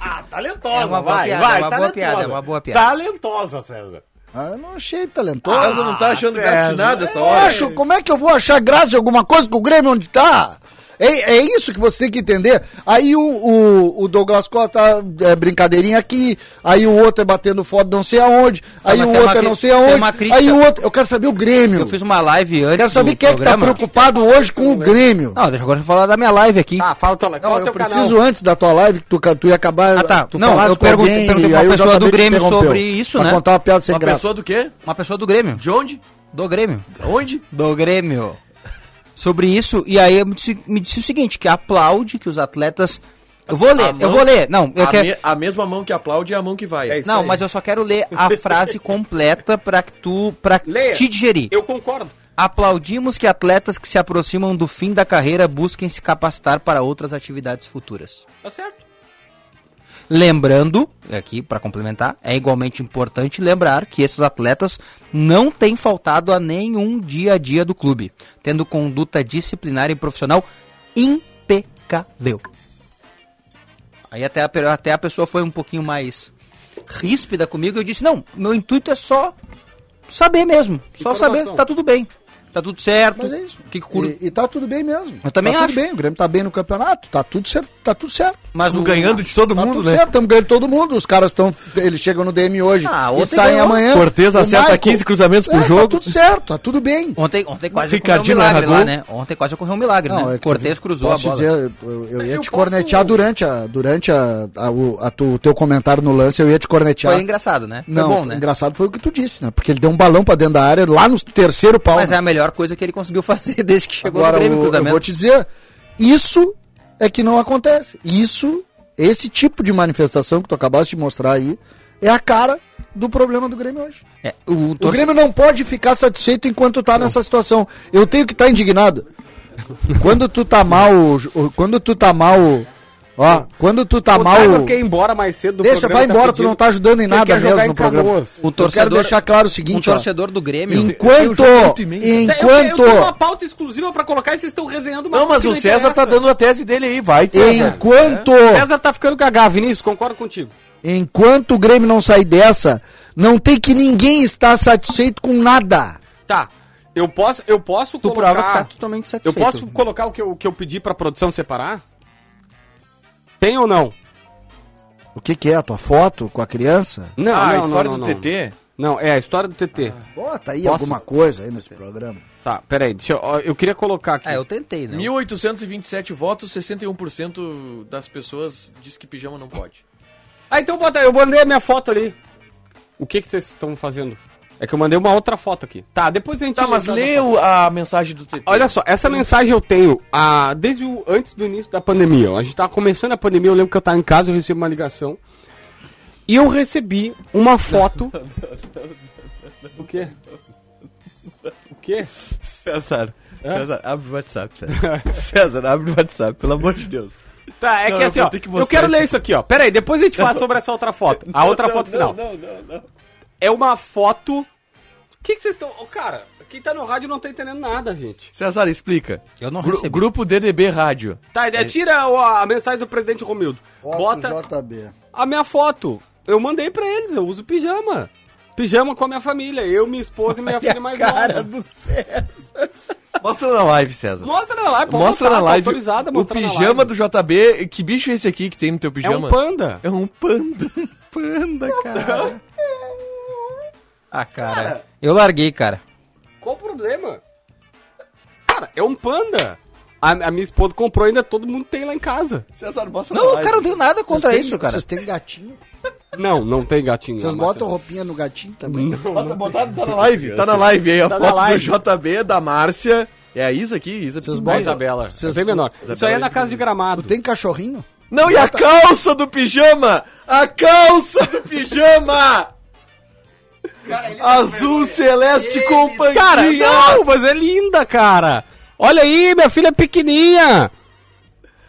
S2: ah, talentosa,
S3: É uma boa piada, é uma boa piada, é uma boa piada.
S2: Talentosa, César.
S4: Ah, eu não achei talentoso.
S5: Ah, não tá achando graça de nada essa
S4: Eu acho, como é que eu vou achar graça de alguma coisa com o Grêmio onde tá? É, é isso que você tem que entender. Aí o, o, o Douglas Costa é brincadeirinha aqui, aí o outro é batendo foto não sei aonde, aí
S3: Tá, mas
S4: o
S3: tem uma
S4: outro é
S3: cri-
S4: não sei
S3: tem
S4: aonde,
S3: uma crítica.
S4: aí o outro. Eu quero saber o Grêmio.
S3: Eu fiz uma live antes.
S4: Eu quero saber
S3: do
S4: quem é que tá
S3: programa.
S4: preocupado hoje com o Grêmio.
S3: Não, deixa agora eu falar da minha live aqui.
S4: Tá.
S2: Ah, fala tua
S4: Não, eu preciso antes da tua live, que tu, ca- tu ia acabar.
S3: Ah, tá.
S4: Tu
S3: Não,
S4: falaste
S3: eu
S4: com
S3: perguntei-
S4: alguém,
S3: perguntei pra
S4: aí
S3: uma
S4: eu
S3: pessoa
S4: JB
S3: do
S4: te
S3: Grêmio
S4: interrompeu
S3: sobre isso,
S4: pra
S3: né?
S4: contar uma piada sem
S5: Uma
S4: graça.
S5: pessoa do quê?
S3: Uma pessoa do Grêmio.
S5: De onde?
S3: Do Grêmio.
S5: Onde?
S3: Do Grêmio. Sobre isso, e aí me disse, me disse o seguinte, que aplaude que os atletas... Eu vou
S5: A
S3: ler,
S5: mão-
S3: eu vou ler. Não, eu
S5: a,
S3: quero...
S5: me- a mesma mão que aplaude é a mão que vai.
S3: Não, mas eu só quero ler a frase completa pra que tu... pra
S2: Leia.
S3: te digerir.
S2: Eu concordo.
S3: Aplaudimos que atletas que se aproximam do fim da carreira busquem se capacitar para outras atividades futuras.
S2: Tá certo.
S3: Lembrando, aqui para complementar, é igualmente importante lembrar que esses atletas não têm faltado a nenhum dia a dia do clube, tendo conduta disciplinar e profissional impecável. Aí até a, pe- até a pessoa foi um pouquinho mais ríspida comigo e eu disse: Não, meu intuito é só saber mesmo. Só saber se tá tudo bem. Tá tudo certo.
S4: Mas é isso.
S3: Que que cur-
S4: E, e tá tudo bem mesmo.
S3: Eu também
S4: tá
S3: acho.
S4: Tudo bem, o Grêmio tá bem no campeonato, tá tudo certo, tá tudo certo.
S3: Mas o
S5: Ganhando de todo
S4: tá
S5: mundo,
S4: tudo
S5: né?
S4: certo, estamos ganhando todo mundo. Os caras estão. Eles chegam no DM hoje
S3: Ah,
S4: e
S3: ontem
S4: saem
S3: ganhou.
S4: amanhã.
S5: Cortez
S4: O
S5: acerta
S4: Michael-
S5: 15 cruzamentos por
S4: É,
S5: jogo.
S4: Tá tudo certo, tá tudo bem.
S3: Ontem, ontem quase
S5: Ricardinho
S3: ocorreu um milagre
S5: narrador.
S3: lá, né? Ontem quase ocorreu um milagre, né?
S4: é que
S3: Cortez
S4: eu-
S3: cruzou a
S4: posso
S3: bola.
S4: dizer, eu, eu- eu ia te cornetear durante, a, durante a, a- o a tu- o teu comentário no lance, eu ia te cornetear.
S3: Foi engraçado, né?
S4: Não,
S3: foi bom, né?
S4: engraçado foi o que tu disse, né? Porque ele deu um balão pra dentro da área lá no terceiro pau.
S3: Mas é
S4: né?
S3: a melhor coisa que ele conseguiu fazer desde que chegou
S4: Agora,
S3: no Grêmio,
S4: o- eu
S3: cruzamento.
S4: vou te dizer, isso é que não acontece. Isso, esse tipo de manifestação que tu acabaste de mostrar aí, é a cara do problema do Grêmio hoje.
S3: É, o
S4: O
S3: torce-
S4: Grêmio não pode ficar satisfeito enquanto tá nessa situação. Eu tenho que estar indignado. Quando tu tá mal, o- quando tu tá mal, ó, quando tu tá
S2: o
S4: mal,
S2: Tiger quer ir embora mais cedo do
S4: deixa,
S2: programa,
S4: vai
S2: tá
S4: embora, tu
S2: pedindo.
S4: não tá ajudando em
S2: Ele
S4: nada
S2: quer jogar
S4: mesmo
S2: em
S4: no programa.
S2: Canoas.
S3: O
S4: Eu quero
S3: torcedor-
S4: deixar claro é o
S3: um
S4: seguinte, ó.
S3: torcedor do Grêmio.
S4: enquanto,
S2: Eu, tenho uma
S4: enquanto,
S2: pauta exclusiva pra colocar e vocês estão resenhando uma
S5: Não, mas
S2: que
S5: o César
S2: interessa.
S5: tá dando a tese dele aí, vai, César.
S4: enquanto,
S2: César tá ficando cagá, Vinícius, concordo contigo.
S4: enquanto o Grêmio não sair dessa, não tem que ninguém estar satisfeito com nada.
S2: Tá. Eu posso, eu posso
S3: Tu prova que tá totalmente
S2: Eu
S3: satisfeito.
S2: posso colocar o que eu, o que eu pedi pra produção separar? Tem ou não?
S4: O que que é a tua foto com a criança?
S2: Não,
S5: ah, a
S2: não,
S5: história
S2: não, não,
S5: do
S2: não.
S5: TT?
S2: Não, é a história do TT.
S4: Bota aí
S2: Posso?
S4: alguma coisa aí nesse programa.
S2: Tá, peraí, deixa eu, ó, Ah, eu queria colocar aqui.
S3: É, eu tentei, né?
S5: 1827 votos, 61% das pessoas diz que pijama não pode.
S2: Ah, então bota aí, eu mandei a minha foto ali. O que que vocês estão fazendo? É que eu mandei uma outra foto aqui. Tá, depois a gente...
S5: Tá, mas lê o- a mensagem do TT.
S2: Olha só, essa mensagem eu tenho ah, desde o, antes do início da pandemia. ó. A gente tava começando a pandemia, eu lembro que eu tava em casa, eu recebi uma ligação. E eu recebi uma foto. O quê? O quê?
S5: César, César, abre o WhatsApp, César. César, abre o WhatsApp, pelo amor de Deus.
S2: Tá, é
S5: Não,
S2: que
S5: eu
S2: assim,
S5: vou
S2: ó.
S5: ter que
S2: eu
S5: mostrar
S2: quero
S5: isso
S2: ler
S5: aqui.
S2: isso aqui, ó. Pera aí, depois a gente fala sobre essa outra foto. A outra
S5: não,
S2: foto
S5: não,
S2: final.
S5: Não, não, não.
S2: É uma foto. O que que vocês estão. Ô, cara, quem tá no rádio não tá entendendo nada, gente.
S5: César, explica.
S3: Eu não
S5: Gru-
S3: recebi.
S5: Grupo DDB Rádio.
S2: Tá, é, tira o- a mensagem do presidente Romildo. Bota
S4: JB.
S2: a minha foto. Eu mandei pra eles, eu uso pijama. Pijama com a minha família, eu, minha esposa e minha filha mais
S5: Cara
S2: nova.
S5: do César. Mostra na live, César.
S2: Mostra na live, pode
S5: Mostra
S2: botar,
S5: na
S2: tá
S5: live
S2: autorizado a
S5: o
S2: mostrar na live.
S5: pijama do JB. Que bicho é esse aqui que tem no teu
S2: É
S5: pijama?
S2: um panda.
S5: É um panda. Panda, cara.
S3: Ah, cara. Eu larguei, cara.
S2: Qual o problema? Cara, é um panda. A, a minha esposa comprou ainda, todo mundo tem lá em casa.
S5: César, mostra
S3: Não, cara, eu não tenho nada contra
S4: Vocês têm-
S3: isso, cara.
S4: Vocês têm gatinho?
S2: Não, não tem gatinho.
S4: Vocês
S2: lá,
S4: botam
S2: Marcelo.
S4: roupinha no gatinho também?
S5: Bota, botado, tá na live. Tá na live aí. A
S2: Tá na
S5: foto do
S2: live.
S5: JB, da Márcia. É a Isa aqui? Isa
S4: Vocês
S2: Ó,
S4: botam-
S2: Isabela.
S4: Vocês-
S2: é bem menor.
S5: Isabela
S2: Isso aí é na
S5: é
S2: casa de gramado.
S4: Tem cachorrinho?
S5: Não, e a calça do pijama? A calça do pijama! Azul celeste com panquinha.
S2: é Cara, não, mas é linda, cara. Olha aí, minha filha é pequenininha.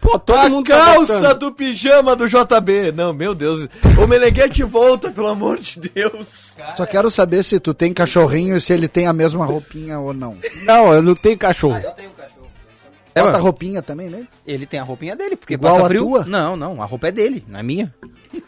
S2: Pô, todo
S5: a
S2: mundo tá
S5: calça
S2: gostando.
S5: do pijama do JB. Não, meu Deus. O Meneghete volta, pelo amor de Deus.
S4: É. Só quero saber se tu tem cachorrinho e se ele tem a mesma roupinha ou não.
S2: Não, eu não tenho cachorro.
S4: Bota roupinha também, né?
S3: Ele tem a roupinha dele, porque
S4: Igual
S3: passa
S4: a
S3: frio.
S4: tua?
S3: Não, não, a roupa é dele, não é minha.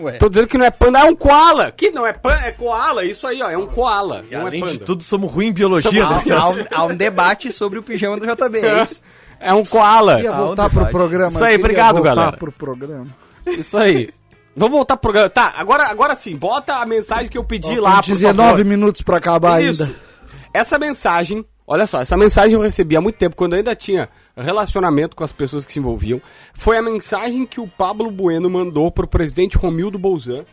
S3: Ué.
S2: Tô dizendo que não é panda, é um koala. Que não é panda, é koala. Isso aí, ó, é um koala. Não é
S5: Além de
S2: panda.
S5: tudo, somos ruim em biologia, né?
S3: Há, há um, há um debate sobre o pijama do JB, é isso?
S2: É um koala.
S4: Queria voltar
S5: onde
S4: pro
S5: vai?
S4: programa.
S2: Isso aí,
S4: eu queria
S2: obrigado,
S4: voltar
S2: galera.
S4: pro programa.
S2: Isso aí. Vamos voltar pro programa. Tá, agora, agora sim, bota a mensagem que eu pedi lá,
S4: Tem 19 minutos pra acabar
S2: Isso.
S4: ainda.
S2: Essa mensagem, olha só, essa mensagem eu recebi há muito tempo, quando eu ainda tinha relacionamento com as pessoas que se envolviam. Foi a mensagem que o Pablo Bueno mandou pro presidente Romildo Bolzan,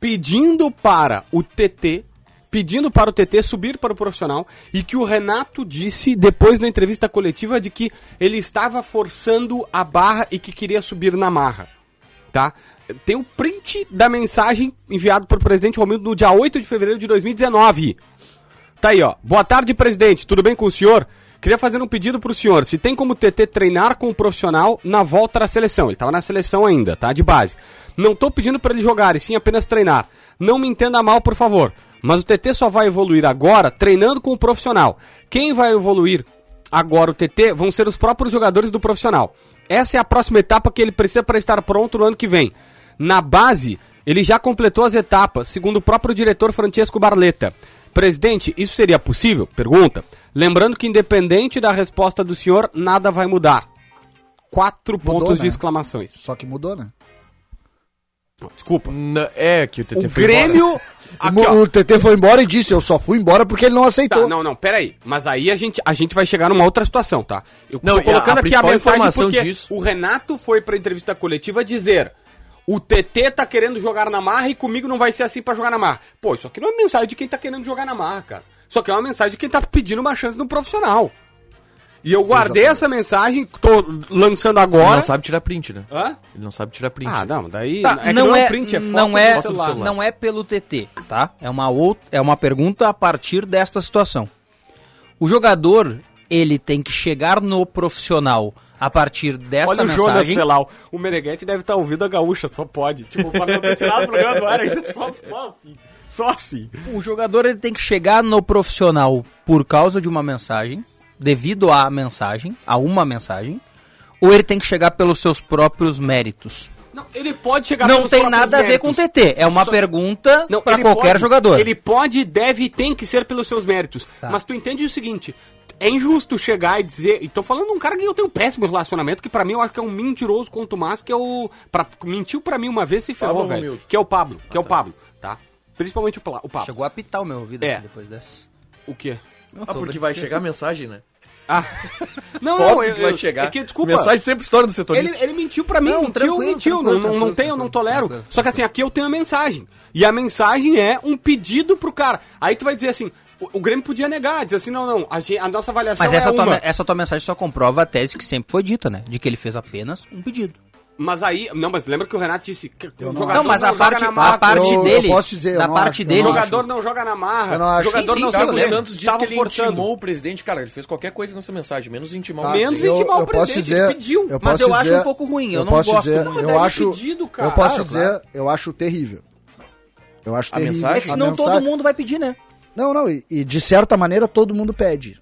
S2: pedindo para o TT, pedindo para o TT subir para o profissional, e que o Renato disse depois na entrevista coletiva de que ele estava forçando a barra e que queria subir na marra tá? Tem o print da mensagem enviado pelo presidente Romildo no dia 8 de fevereiro de 2019. Tá aí, ó. Boa tarde, presidente. Tudo bem com o senhor? Queria fazer um pedido pro senhor. Se tem como o TT treinar com o profissional na volta da seleção. Ele tava na seleção ainda, tá? De base. Não tô pedindo pra ele jogar, e sim apenas treinar. Não me entenda mal, por favor. Mas o TT só vai evoluir agora treinando com o profissional. Quem vai evoluir agora o TT vão ser os próprios jogadores do profissional. Essa é a próxima etapa que ele precisa para estar pronto no ano que vem. Na base, ele já completou as etapas, segundo o próprio diretor Francesco Barletta. Presidente, isso seria possível? Pergunta. Lembrando que, independente da resposta do senhor, nada vai mudar. Quatro
S4: Mudou,
S2: pontos
S4: né?
S2: de exclamações.
S4: Só que mudou, né?
S2: Desculpa.
S5: Na- É, que o TT
S2: O
S5: foi embora.
S2: Grêmio. Aqui, ó.
S4: o TT foi embora e disse, eu só fui embora porque ele não
S2: Tá,
S4: aceitou.
S2: não, não, peraí. Mas aí a gente, a gente vai chegar numa outra situação, tá? Eu
S5: Não,
S2: tô
S5: e a-
S2: colocando
S5: a
S2: aqui a
S5: principal
S2: mensagem
S5: informação
S2: porque
S5: disso-
S2: o Renato foi pra entrevista coletiva dizer o TT tá querendo jogar na marra e comigo não vai ser assim pra jogar na marra. Pô, isso aqui não é mensagem de quem tá querendo jogar na marra, cara. Isso aqui é uma mensagem de quem tá pedindo uma chance no profissional. E eu guardei essa mensagem, tô lançando
S5: Ele
S2: agora.
S5: não sabe tirar print, né?
S2: Hã?
S5: Ele não sabe tirar print.
S2: Ah, não, daí...
S3: Tá,
S2: que
S3: não, é,
S2: print, foto
S3: não,
S2: do
S3: é,
S2: celular.
S3: não é pelo TT, tá? É uma, outra, é uma pergunta a partir desta situação. O jogador, ele tem que chegar no profissional a partir desta
S2: Olha o Jonas
S3: mensagem.
S2: Celau. O Meneghetti deve estar ouvindo a gaúcha, só pode. Tipo, pra não ter tirado o programa do ar ainda, só, só assim. Só assim.
S3: O jogador ele tem que chegar no profissional por causa de uma mensagem, devido à mensagem, a uma mensagem, ou ele tem que chegar pelos seus próprios méritos.
S2: Não, ele pode chegar
S3: não
S2: pelos
S3: tem
S2: próprios
S3: nada a ver
S2: méritos.
S3: com o TT, é uma
S2: Só-
S3: pergunta
S2: Não,
S3: para
S2: ele
S3: qualquer
S2: pode-
S3: jogador. Tá.
S2: Ele pode, deve e tem que ser pelos seus méritos. Mas tu entende o seguinte. É injusto chegar e dizer. E tô falando de um cara que eu tenho um péssimo relacionamento, que pra mim eu acho que é um mentiroso quanto mais, que é o. Pra, mentiu pra mim uma vez e se ferrou,
S5: Pablo
S2: velho.
S5: Romildo.
S2: Que é o Pablo, que é o Pablo, tá? Principalmente o, Pla- o Pablo.
S3: Chegou a apitar o meu ouvido
S2: É.
S3: aqui depois dessa.
S2: O quê?
S5: Ah, porque vai chegar a mensagem, né?
S2: Ah. Não, não,
S5: Óbvio
S2: eu,
S5: que vai
S2: eu,
S5: chegar.
S2: é que, desculpa.
S5: Mensagem sempre estoura do setorista.
S2: Ele, ele mentiu pra mim,
S3: Não,
S2: mentiu,
S3: tranquilo,
S2: mentiu.
S3: tranquilo,
S2: não, não, não
S3: tranquilo,
S2: tenho, não tolero.
S3: tranquilo.
S2: Só que assim, aqui eu tenho a mensagem. E a mensagem é um pedido pro cara. Aí tu vai dizer assim, o, o Grêmio podia negar, dizer assim, não, não, a, gente- a nossa avaliação
S3: Mas
S2: é
S3: essa,
S2: uma.
S3: tua, me- essa tua mensagem só comprova a tese que sempre foi dita, né? De que ele fez apenas um pedido.
S2: Mas aí, não, mas lembra que o Renato disse que o
S4: não
S2: jogador
S4: acho.
S3: Não, mas a
S2: joga
S3: parte,
S2: na marra,
S3: a parte
S4: Eu- eu
S3: dele.
S4: posso dizer, eu
S3: da
S4: não
S3: parte
S4: acho, eu
S3: dele.
S2: o
S4: não
S2: jogador
S4: acho
S2: não joga na marra,
S4: Eu não acho.
S2: o jogador
S3: Sim,
S2: não se
S3: sim, claro,
S5: Carlos
S3: lembro.
S5: Santos disse que ele intimou o presidente. Cara, ele fez qualquer coisa nessa mensagem, menos intimar o
S4: Tá,
S2: menos
S5: presidente.
S4: eu-
S2: intimar o
S4: eu posso
S2: presidente,
S4: dizer-
S2: ele pediu.
S4: eu
S3: Mas
S4: posso
S3: eu acho
S4: dizer-
S3: um pouco ruim, eu não
S4: posso
S3: gosto
S4: dizer-
S3: muito.
S2: Mas
S4: Eu
S2: daí é
S4: acho,
S2: pedido, cara.
S4: eu posso
S2: Claro,
S4: dizer, eu acho terrível. Eu acho
S5: A
S4: terrível.
S5: mensagem?
S3: É que senão
S4: A mensagem-
S3: todo mundo vai pedir, né?
S4: Não, não, e, e de certa maneira todo mundo pede.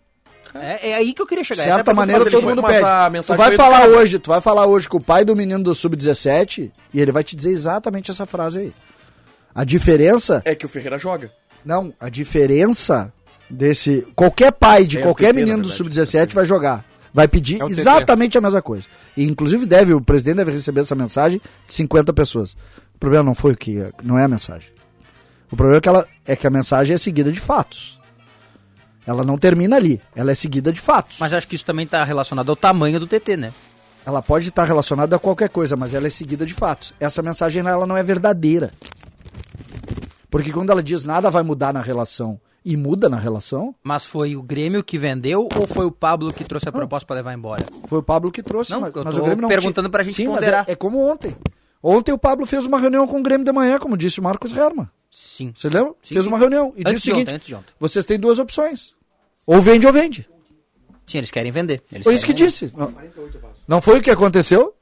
S3: É, é aí que eu queria
S4: De
S3: chegar. essa é a
S4: certa
S3: pergunta
S4: maneira
S3: que
S5: mas
S4: todo
S3: você
S5: ele
S4: mundo
S5: foi- mas a
S4: pede. Tu
S5: mensagem
S4: vai
S5: foi
S4: falar
S5: educada.
S4: hoje, tu vai falar hoje com o pai do menino do sub-17 e ele vai te dizer exatamente essa frase aí. A diferença
S5: É que o Ferreira joga.
S4: Não, a diferença desse. Qualquer pai de
S5: É o
S4: qualquer
S5: TT,
S4: menino
S5: na
S4: do
S5: verdade.
S4: Sub-17 vai jogar. Vai pedir
S2: É o TT.
S4: exatamente a mesma coisa. E, inclusive, deve, o presidente deve receber essa mensagem de 50 pessoas. O problema não foi o que. Não é a mensagem. O problema é que, ela, é que a mensagem é seguida de fatos. Ela não termina ali. Ela é seguida de fatos.
S3: Mas acho que isso também tá relacionado ao tamanho do TT, né?
S4: Ela pode estar relacionada a qualquer coisa, mas ela é seguida de fatos. Essa mensagem ela não é verdadeira. Porque quando ela diz nada vai mudar na relação e muda na relação,
S3: Mas foi o Grêmio que vendeu ou foi o Pablo que trouxe a proposta pra levar embora?
S4: Foi o Pablo que trouxe,
S3: Não,
S4: mas,
S3: eu
S4: mas
S3: tô
S4: o Grêmio não
S3: perguntando
S4: tinha-
S3: pra gente
S4: Sim, mas
S3: ponderar.
S4: É, é como ontem. Ontem o Pablo fez uma reunião com o Grêmio de manhã, como disse o Marcos Herman.
S3: Sim.
S4: Você lembra?
S3: Sim,
S4: fez
S3: sim.
S4: uma reunião e
S3: Antes
S4: disse
S3: de
S4: o
S3: ontem,
S4: seguinte:
S3: antes de ontem.
S4: vocês têm duas opções. Ou vende ou vende.
S3: Sim, eles querem vender. Eles
S4: Foi isso que
S3: querem vender.
S4: disse. Não, não foi o que aconteceu?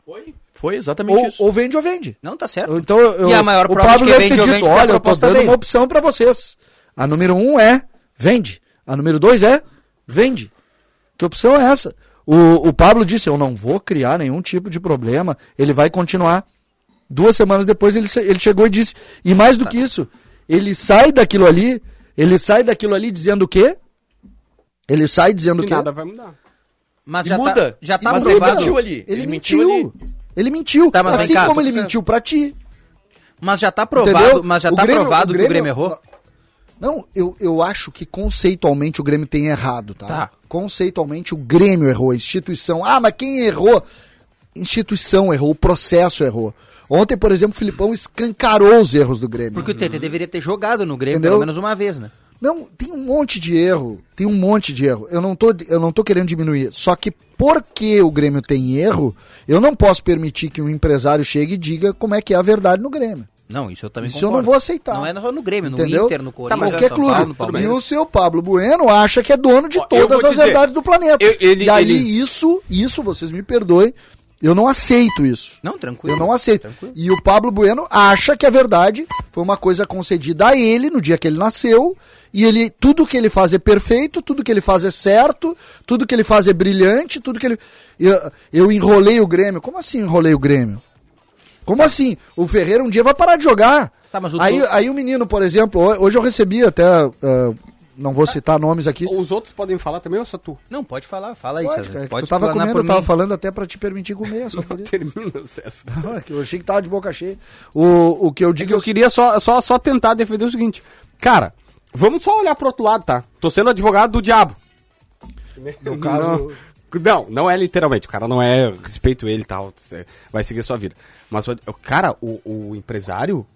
S5: Foi exatamente
S4: Ou,
S5: isso.
S4: ou vende ou vende.
S3: Não, tá certo.
S4: Então, eu,
S3: E a maior
S4: o
S3: prova de
S4: Pablo
S3: que
S4: deve ter
S3: vende ou vende
S4: dito:
S3: foi a
S4: olha, eu tô
S3: proposta
S4: dando
S3: dele."
S4: uma opção pra vocês. A número um é vende. A número dois é vende. Que opção é essa? O, o Pablo disse: eu não vou criar nenhum tipo de problema, ele vai continuar. Duas semanas depois ele, se- ele chegou e disse. E mais do que isso, ele sai daquilo ali, ele sai daquilo ali dizendo o quê? Ele sai dizendo o
S2: E
S4: quê?
S2: nada vai mudar.
S3: Mas
S5: E
S3: já
S5: muda.
S3: tá, já tá
S5: Mas
S4: Ele
S5: ele
S3: aprovado.
S5: mentiu ali.
S4: Ele,
S5: Ele mentiu
S4: mentiu. Ele mentiu.
S3: Tá, mas vem
S4: assim
S3: cá,
S4: como
S3: tô
S4: ele
S3: certo.
S4: mentiu pra ti.
S3: Mas já tá aprovado,
S4: Entendeu?
S3: mas já
S4: O
S3: tá
S4: Grêmio-
S3: aprovado
S4: o
S3: que o Grêmio
S4: Grêmio-
S3: errou.
S4: Não, eu, eu acho que conceitualmente o Grêmio tem errado, tá?
S3: Tá.
S4: Conceitualmente o Grêmio errou, a instituição. Ah, mas quem errou? Instituição errou, o processo errou. Ontem, por exemplo, o Filipão escancarou os erros do Grêmio.
S3: Porque o TT deveria ter jogado no Grêmio
S4: Uhum. Entendeu?
S3: pelo menos uma vez, né?
S4: Não, tem um monte de erro. Tem um monte de erro. Eu não tô, eu não tô querendo diminuir. Só que porque o Grêmio tem erro, eu não posso permitir que um empresário chegue e diga como é que é a verdade no Grêmio.
S3: Não, isso eu também
S4: Isso eu não vou aceitar.
S3: Não é só no Grêmio,
S4: Entendeu?
S3: no Inter, no
S4: Tá,
S3: Corinthians,
S4: qualquer
S3: no São
S4: clube.
S3: Paulo, no Palmeiras.
S4: e o seu Pablo Bueno acha que é dono de
S2: Ó, eu
S4: todas
S2: vou
S4: as
S2: te dizer,
S4: verdades do planeta.
S2: eu- ele-
S4: e aí
S2: ele-
S4: isso, isso, vocês me perdoem, eu não aceito isso.
S3: Não, tranquilo.
S4: Eu não aceito.
S3: Tranquilo.
S4: E o Pablo Bueno acha que a verdade foi uma coisa concedida a ele no dia que ele nasceu. E ele, tudo que ele faz é perfeito, tudo que ele faz é certo, tudo que ele faz é brilhante, tudo que ele. Eu, eu enrolei o Grêmio. Como assim enrolei o Grêmio? Como assim? O Ferreira um dia vai parar de jogar.
S3: Tá, mas o
S4: aí,
S3: tu-
S4: aí o menino, por exemplo, ho- hoje eu recebi até. ah, não vou citar nomes aqui.
S2: Os outros podem falar também ou só tu?
S3: Não, pode falar, fala aí,
S4: Pode,
S3: César.
S4: cara, que
S3: Pode
S4: tu tava
S3: explanar
S4: comendo,
S3: por
S4: eu tava
S3: mim.
S4: falando até pra te permitir comer, só por isso.
S2: Termina, César.
S4: Que eu achei que tava de boca cheia. O, o que eu
S2: É
S4: digo
S2: que eu queria só, só, só tentar defender o seguinte. Cara, vamos só olhar pro outro lado, tá? Tô sendo advogado do diabo.
S4: No caso,
S2: Não, não é literalmente. O cara não é. eu Respeito ele e tal. cê Vai seguir a sua vida. Mas, o cara, o, o empresário.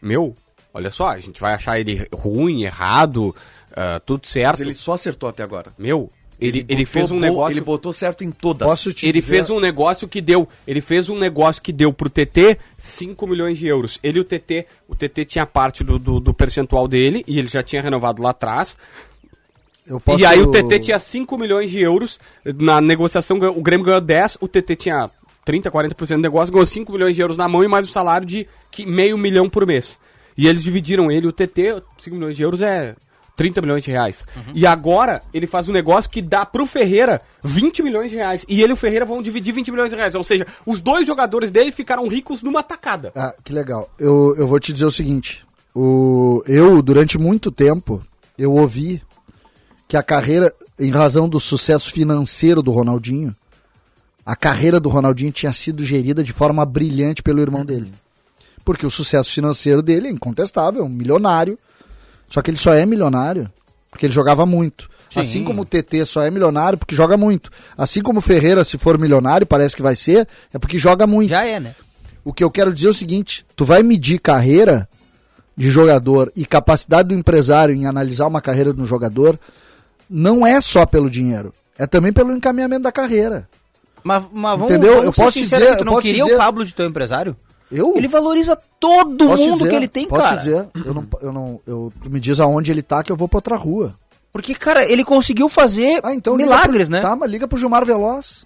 S2: Meu, olha só. A gente vai achar ele ruim, errado, ah, tudo certo.
S5: Mas ele só acertou até agora.
S2: Meu, ele, ele,
S5: botou
S2: fez um
S5: bo-
S2: negócio.
S5: Ele botou certo em todas.
S4: Posso te-
S2: Ele
S4: dizer-
S2: fez um negócio que deu. Ele fez um negócio que deu pro TT 5 milhões de euros. Ele e o TT. O TT tinha parte do, do, do percentual dele e ele já tinha renovado lá atrás.
S4: eu posso...
S2: E aí o TT tinha 5 milhões de euros. Na negociação, ganhou- o Grêmio ganhou 10, o TT tinha 30, 40% do negócio, ganhou 5 milhões de euros na mão e mais um salário de que- meio milhão por mês. E eles dividiram ele, e o TT, 5 milhões de euros é 30 milhões de reais. E agora ele faz um negócio que dá pro Ferreira 20 milhões de reais. E ele e o Ferreira vão dividir 20 milhões de reais. Ou seja, os dois jogadores dele ficaram ricos numa tacada.
S4: Ah, que legal. Eu, eu vou te dizer o seguinte. O, eu, durante muito tempo, eu ouvi que a carreira, em razão do sucesso financeiro do Ronaldinho, a carreira do Ronaldinho tinha sido gerida de forma brilhante pelo irmão dele. Porque o sucesso financeiro dele é incontestável, é um milionário. Só que ele só é milionário porque ele jogava muito. Assim como o TT só é milionário porque joga muito. Assim como o Ferreira, se for milionário, parece que vai ser, é porque joga muito.
S3: Já é, né?
S4: O que eu quero dizer é o seguinte: tu vai medir carreira de jogador e capacidade do empresário em analisar uma carreira de um jogador, não é só pelo dinheiro, é também pelo encaminhamento da carreira.
S3: Mas, mas vamos,
S4: Entendeu?
S3: vamos
S4: Eu
S3: ser
S4: posso
S3: sinceros,
S4: dizer-
S3: tu
S4: eu
S3: não
S4: posso
S3: queria
S4: dizer-
S3: o Pablo de teu empresário?
S4: Eu
S3: Ele valoriza todo
S4: posso
S3: mundo
S4: dizer-
S3: que ele tem,
S4: posso
S3: cara.
S4: dizer, eu não, eu não, eu, tu me diz aonde ele tá que eu vou pra outra rua.
S3: Porque, cara, ele conseguiu fazer
S4: Ah, então liga
S3: milagres,
S4: pro-
S3: né?
S4: Tá, mas liga pro Gilmar Veloz.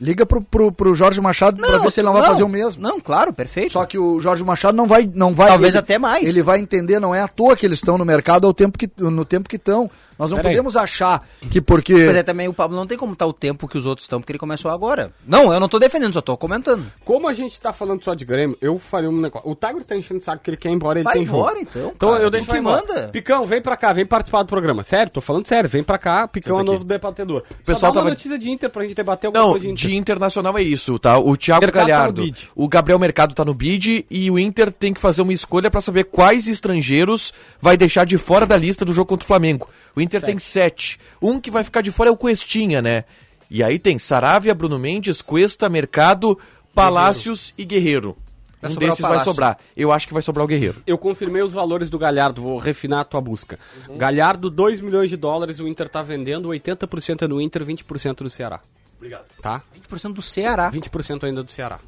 S4: Liga pro, pro, pro Jorge Machado pra ver se ele não vai fazer o mesmo.
S3: Não, claro, perfeito.
S4: Só que o Jorge Machado não vai, não vai.
S3: Talvez
S4: ele-
S3: até mais.
S4: Ele vai entender, não é à toa que eles estão no mercado ao tempo que, no tempo que estão. Nós não
S2: Peraí.
S4: podemos achar que porque.
S3: Mas é também o Pablo não tem como estar o tempo que os outros estão, porque ele começou agora. Não, eu não tô defendendo, só tô comentando.
S2: Como a gente tá falando só de Grêmio, eu faria um negócio. O Tiger tá enchendo o saco que ele quer ir embora, ele
S3: Vai
S2: tem
S3: embora,
S2: jogo.
S3: então,
S2: Então
S3: cara.
S2: eu deixo
S3: Tu que
S2: ele embora.
S3: manda.
S2: Picão, vem pra cá, vem participar do programa. Sério, tô falando sério, vem pra cá, Picão é o novo debatedor. O
S5: pessoal
S2: pessoal dá uma
S5: tava-
S2: notícia de Inter pra gente debater alguma
S5: Não,
S2: coisa de
S5: de,
S2: Inter.
S5: internacional é isso, tá? O Thiago
S2: Mercado tá no
S5: Galhardo,
S2: bid.
S5: o Gabriel Mercado tá no bid e o Inter tem que fazer uma escolha pra saber quais estrangeiros vai deixar de fora da lista do jogo contra o Flamengo. O Inter tem sete. Um que vai ficar de fora é o Cuestinha, né? E aí tem Saravia, Bruno Mendes, Cuesta, Mercado, Palácios e Guerreiro.
S3: Vai
S5: um
S3: sobrar o
S5: desses vai
S3: Palácio.
S5: sobrar. Eu acho que vai sobrar o Guerreiro.
S2: Eu confirmei os valores do Galhardo, vou refinar a tua busca.
S3: Uhum.
S2: Galhardo, 2 milhões de dólares, o Inter tá vendendo, 80% é no Inter, 20% no Ceará. Obrigado. Tá?
S3: 20% do Ceará.
S2: 20% ainda do Ceará.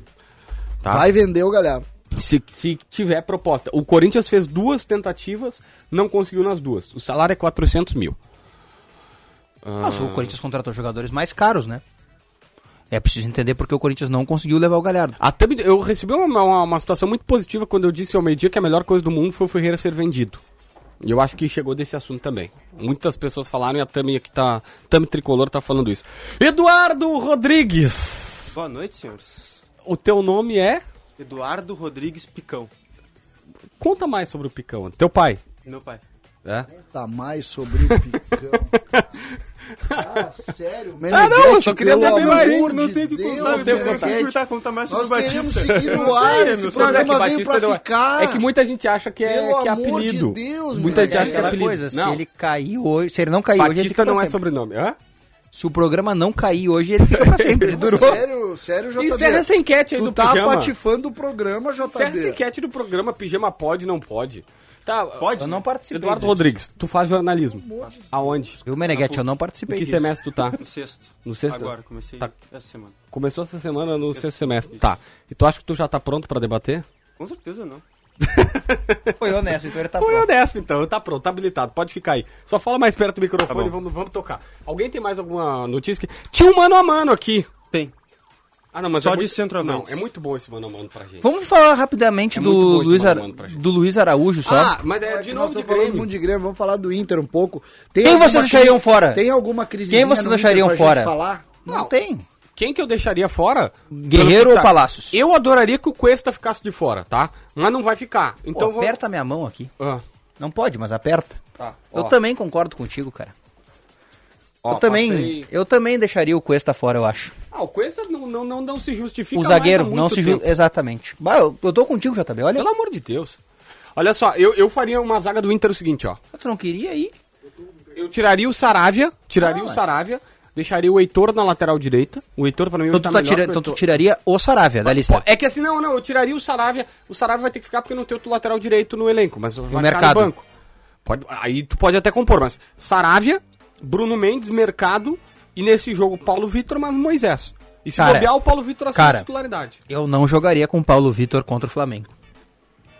S2: Tá?
S4: Vai vender o galhardo.
S2: Se, se tiver proposta. O Corinthians fez duas tentativas, não conseguiu nas duas. O salário é 400 mil.
S3: Nossa, o Corinthians contratou jogadores mais caros, né? É preciso entender porque o Corinthians não conseguiu levar o Galhardo.
S2: Até me- eu recebi uma, uma, uma situação muito positiva quando eu disse ao meio-dia que a melhor coisa do mundo foi o Ferreira ser vendido. E eu acho que chegou desse assunto também. Muitas pessoas falaram e a Tami aqui tá. Tami Tricolor tá falando isso. Eduardo Rodrigues!
S8: Boa noite, senhores.
S2: O teu nome é.
S8: Eduardo Rodrigues Picão,
S2: Conta mais sobre o Picão. Teu pai.
S8: meu pai.
S2: É?
S4: Tá mais sobre o picão. ah, sério?
S2: Ah, não, eu só queria
S4: pelo
S2: saber mais.
S4: amor
S8: Não
S4: de
S8: teve que
S4: Deus,
S8: contar, não teve que
S4: Meneghete.
S8: contar, conta mais sobre
S2: Tá,
S4: Nós
S8: o
S4: queremos
S8: Batista.
S4: seguir no ar,
S8: sei,
S4: esse
S8: meu,
S4: programa veio
S2: Batista
S4: pra
S2: não é-
S4: ficar.
S2: É que muita gente acha que é,
S4: Ah, Pelo
S2: que é
S4: amor de
S2: apelido.
S4: Deus,
S2: muita gente
S4: Meneghete.
S2: acha que é
S4: Aquela
S2: apelido. não,
S3: se ele cair hoje, se ele não cair hoje, ele
S2: Batista
S3: fica pra
S2: não é
S3: sempre.
S2: sobrenome. Hã?
S3: Se o programa não cair hoje, ele fica pra sempre. Ele durou.
S4: Sério, sério,
S3: é
S4: JB.
S2: Encerra essa enquete aí
S4: tu
S2: do
S4: tá
S2: pijama.
S4: patifando o programa, JB.
S2: Encerra essa enquete do programa Pijama Pode, não pode. Tá,
S8: Pode?
S3: Eu não participei.
S2: Eduardo
S3: disso.
S2: Rodrigues, tu faz jornalismo. Aonde?
S3: Viu, Meneghete? Eu não
S2: Em
S3: participei.
S2: que
S3: disso.
S2: semestre tu tá?
S8: No sexto.
S2: No sexto?
S8: Agora, comecei
S2: Tá.
S8: essa semana.
S2: Começou essa semana no sexto semestre. Tá. E tu acha que tu já tá pronto pra debater?
S8: Com certeza não.
S3: Foi honesto, então ele tá
S2: Foi
S3: pronto.
S2: honesto, então. Tá pronto, tá habilitado. Pode ficar aí. Só fala mais perto do microfone
S8: bom.
S2: e vamos, vamos tocar. Alguém tem mais alguma notícia? Que... Tinha um mano a mano aqui.
S8: Tem.
S2: Ah, não, mas
S8: Só
S2: é
S8: de
S2: muito-
S8: centroavantes.
S2: Não, é muito bom esse mano a mano pra gente.
S3: Vamos falar rapidamente
S2: É
S3: do,
S2: muito bom esse
S3: Luiz
S2: Mano
S3: Ara-
S2: Mano pra gente.
S3: do Luiz Araújo só.
S2: Ah, mas é
S4: É
S2: de
S4: que
S2: novo
S4: nós
S2: de
S4: tô falando
S2: Grêmio.
S4: muito de Grêmio, vamos falar do Inter um pouco. Tem
S3: Quem
S4: alguma
S3: vocês deixariam
S4: crise-
S3: fora?
S4: Tem alguma crise
S3: Quem vocês deixariam fora?
S4: falar?
S3: não, tem.
S2: Quem que eu deixaria fora?
S3: Guerreiro
S2: Pelo que
S3: ou Palacios?
S2: Eu adoraria que o Cuesta ficasse de fora, tá? Mas não vai ficar. Então
S3: Pô,
S2: vou-
S3: aperta minha mão aqui.
S2: Ah,
S3: Não pode, mas aperta.
S2: Tá,
S3: eu
S2: ó.
S3: também concordo contigo, cara.
S2: ó,
S3: eu também,
S2: passei-
S3: eu também deixaria o Cuesta fora, eu acho.
S2: Ah, o Cuesta não, não, não, não se justifica
S3: o
S2: mais há
S3: zagueiro
S2: muito
S3: não se
S2: tempo.
S3: julga. Exatamente. Bah, eu, eu tô contigo, JB. Olha,
S2: Pelo amor de Deus. Olha só, eu, eu faria uma zaga do Inter o seguinte, ó.
S3: tu não queria ir?
S2: Eu tiraria o Saravia, tiraria
S3: Ah,
S2: o
S3: mas-
S2: Saravia, deixaria o Heitor na lateral direita. O Heitor pra mim
S3: Então
S2: tá
S3: tu, tá
S2: melhor
S3: tira- né?
S2: que o
S3: então tu
S2: Heitor.
S3: tiraria o Saravia da lista.
S2: Pô, É que assim, não, não, eu tiraria o Saravia. O Saravia vai ter que ficar porque não tem outro lateral direito no elenco, mas vai ficar
S3: mercado?
S2: no banco. Pode, aí tu pode até compor, mas Saravia, Bruno Mendes, Mercado e nesse jogo Paulo Vitor, mas Moisés. E se
S3: Cara,
S2: bobear, o Paulo Vitor assume
S3: cara.
S2: a titularidade.
S3: Eu não jogaria com o Paulo Vitor contra o Flamengo.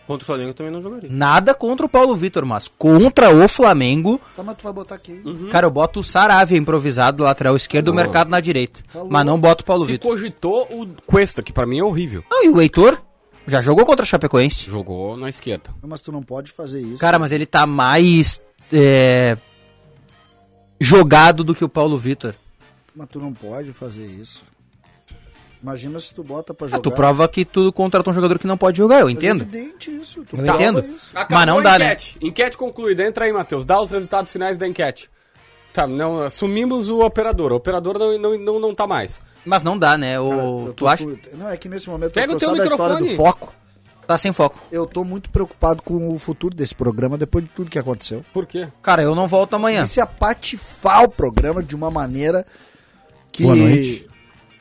S8: Contra o Flamengo eu também não jogaria.
S3: Nada contra o Paulo Vitor, mas contra o Flamengo,
S4: Tá, mas tu vai botar quem?
S2: Uhum.
S3: cara, eu boto o Saravia improvisado, lateral esquerdo, o mercado na direita.
S4: Tá
S3: Mas não boto o Paulo
S2: se
S3: Vitor.
S2: cogitou o Cuesta, que pra mim é horrível.
S3: Não, e o Heitor já jogou contra a Chapecoense.
S2: Jogou na esquerda.
S4: Não, Mas tu não pode fazer isso.
S3: Cara, mas ele tá mais é, jogado do que o Paulo Vitor.
S4: Mas tu não pode fazer isso. Imagina se tu bota pra
S3: Ah,
S4: jogar.
S3: tu prova que tu contrata um jogador que não pode jogar, eu
S4: Mas
S3: entendo.
S4: É evidente isso. Tu
S3: Eu
S4: prova
S3: entendo.
S4: isso.
S3: Acabou Mas não dá,
S2: a
S3: né?
S2: enquete. Enquete concluída. Entra aí, Matheus. Dá os resultados finais da enquete. Tá, não, assumimos o operador. O operador não, não, não, não tá mais.
S3: Mas não dá, né? O,
S4: Eu
S3: tu
S4: tô
S3: acha?
S4: com- Não, é que nesse momento
S2: Pega
S4: eu
S2: o
S4: tô
S2: teu
S4: da história do
S2: microfone.
S4: foco.
S3: Tá sem foco.
S4: Eu tô muito preocupado com o futuro desse programa depois de tudo que aconteceu. é
S2: Por quê?
S3: Cara, eu não volto amanhã.
S4: E se apatifar o programa de uma maneira que.
S7: Boa noite.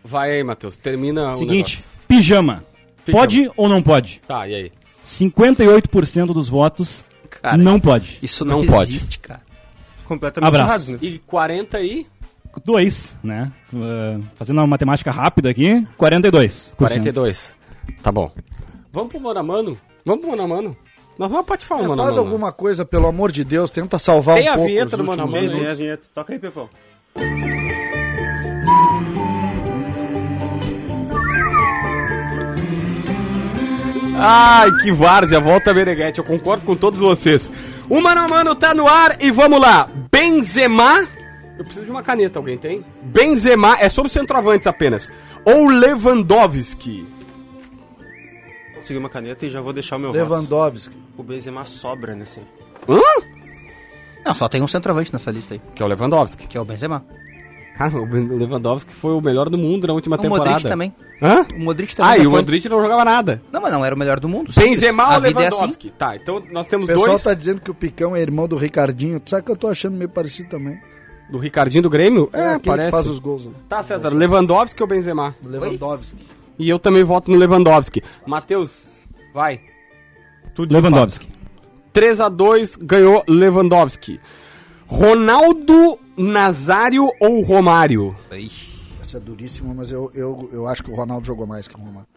S2: Vai aí, Matheus. Termina
S7: Seguinte,
S2: o negócio.
S7: pijama. Pode ou não pode?
S2: Tá, e aí?
S7: 58% dos votos
S3: Cara,
S7: não pode.
S3: Isso
S2: não
S3: não,
S2: pode.
S3: existe, cara.
S8: Completamente
S7: Abraço.
S8: errado, né?
S2: E 40 aí?
S7: Dois, né? Uh, fazendo uma matemática rápida aqui, 42.
S2: 42. Tá bom. Vamos pro Mano a Mano? Vamos pro Mano a Mano? Nós vamos patifar o Mano a
S4: É, Faz
S2: Mano.
S4: alguma coisa, pelo amor de Deus, tenta salvar
S2: Tem
S4: um
S2: a
S4: pouco.
S2: vinheta
S4: os
S2: do Mano a
S4: últimos
S2: Mano,
S8: Tem,
S4: minutos.
S8: tem a vinheta. Toca aí, Pepão.
S2: Ai, que várzea, volta Beneguete, eu concordo com todos vocês. O Mano a Mano tá no ar e vamos lá. Benzema, eu preciso de uma caneta, alguém tem? Benzema, é sobre centroavantes apenas. Ou Lewandowski.
S8: Consegui uma caneta e já vou deixar o meu voto.
S4: Lewandowski.
S8: O Benzema sobra nesse. aí.
S2: Hã?
S3: Não, só tem um centroavante nessa lista aí,
S2: Que é o Lewandowski.
S3: que é o Benzema.
S2: Cara, o Ben- Lewandowski foi o melhor do mundo na última
S3: O
S2: temporada.
S3: Modric também.
S2: Hã?
S3: O Modric também.
S2: Ah,
S3: tá
S2: e o
S3: falando-
S2: Modric não jogava nada.
S3: Não, mas não era o melhor do mundo. simples.
S2: Benzema
S3: A
S2: ou
S3: vida é
S2: Lewandowski? Tá, então nós
S4: O
S2: temos
S4: pessoal
S2: dois
S4: tá dizendo que o Picão é irmão do Ricardinho. Tu sabe que eu tô achando meio parecido também?
S2: do Ricardinho do Grêmio.
S4: É, aquele que faz os gols. né?
S2: Tá, César, Lewandowski ou Benzema?
S4: Lewandowski.
S2: E eu também voto no Lewandowski. Matheus, vai. Tu dispara.
S7: Lewandowski.
S2: 3 a 2 ganhou Lewandowski. Ronaldo, Nazário ou Romário?
S3: assim. Ixi.
S4: Essa é duríssima, mas eu, eu, eu acho que o Ronaldo jogou mais que o Romário.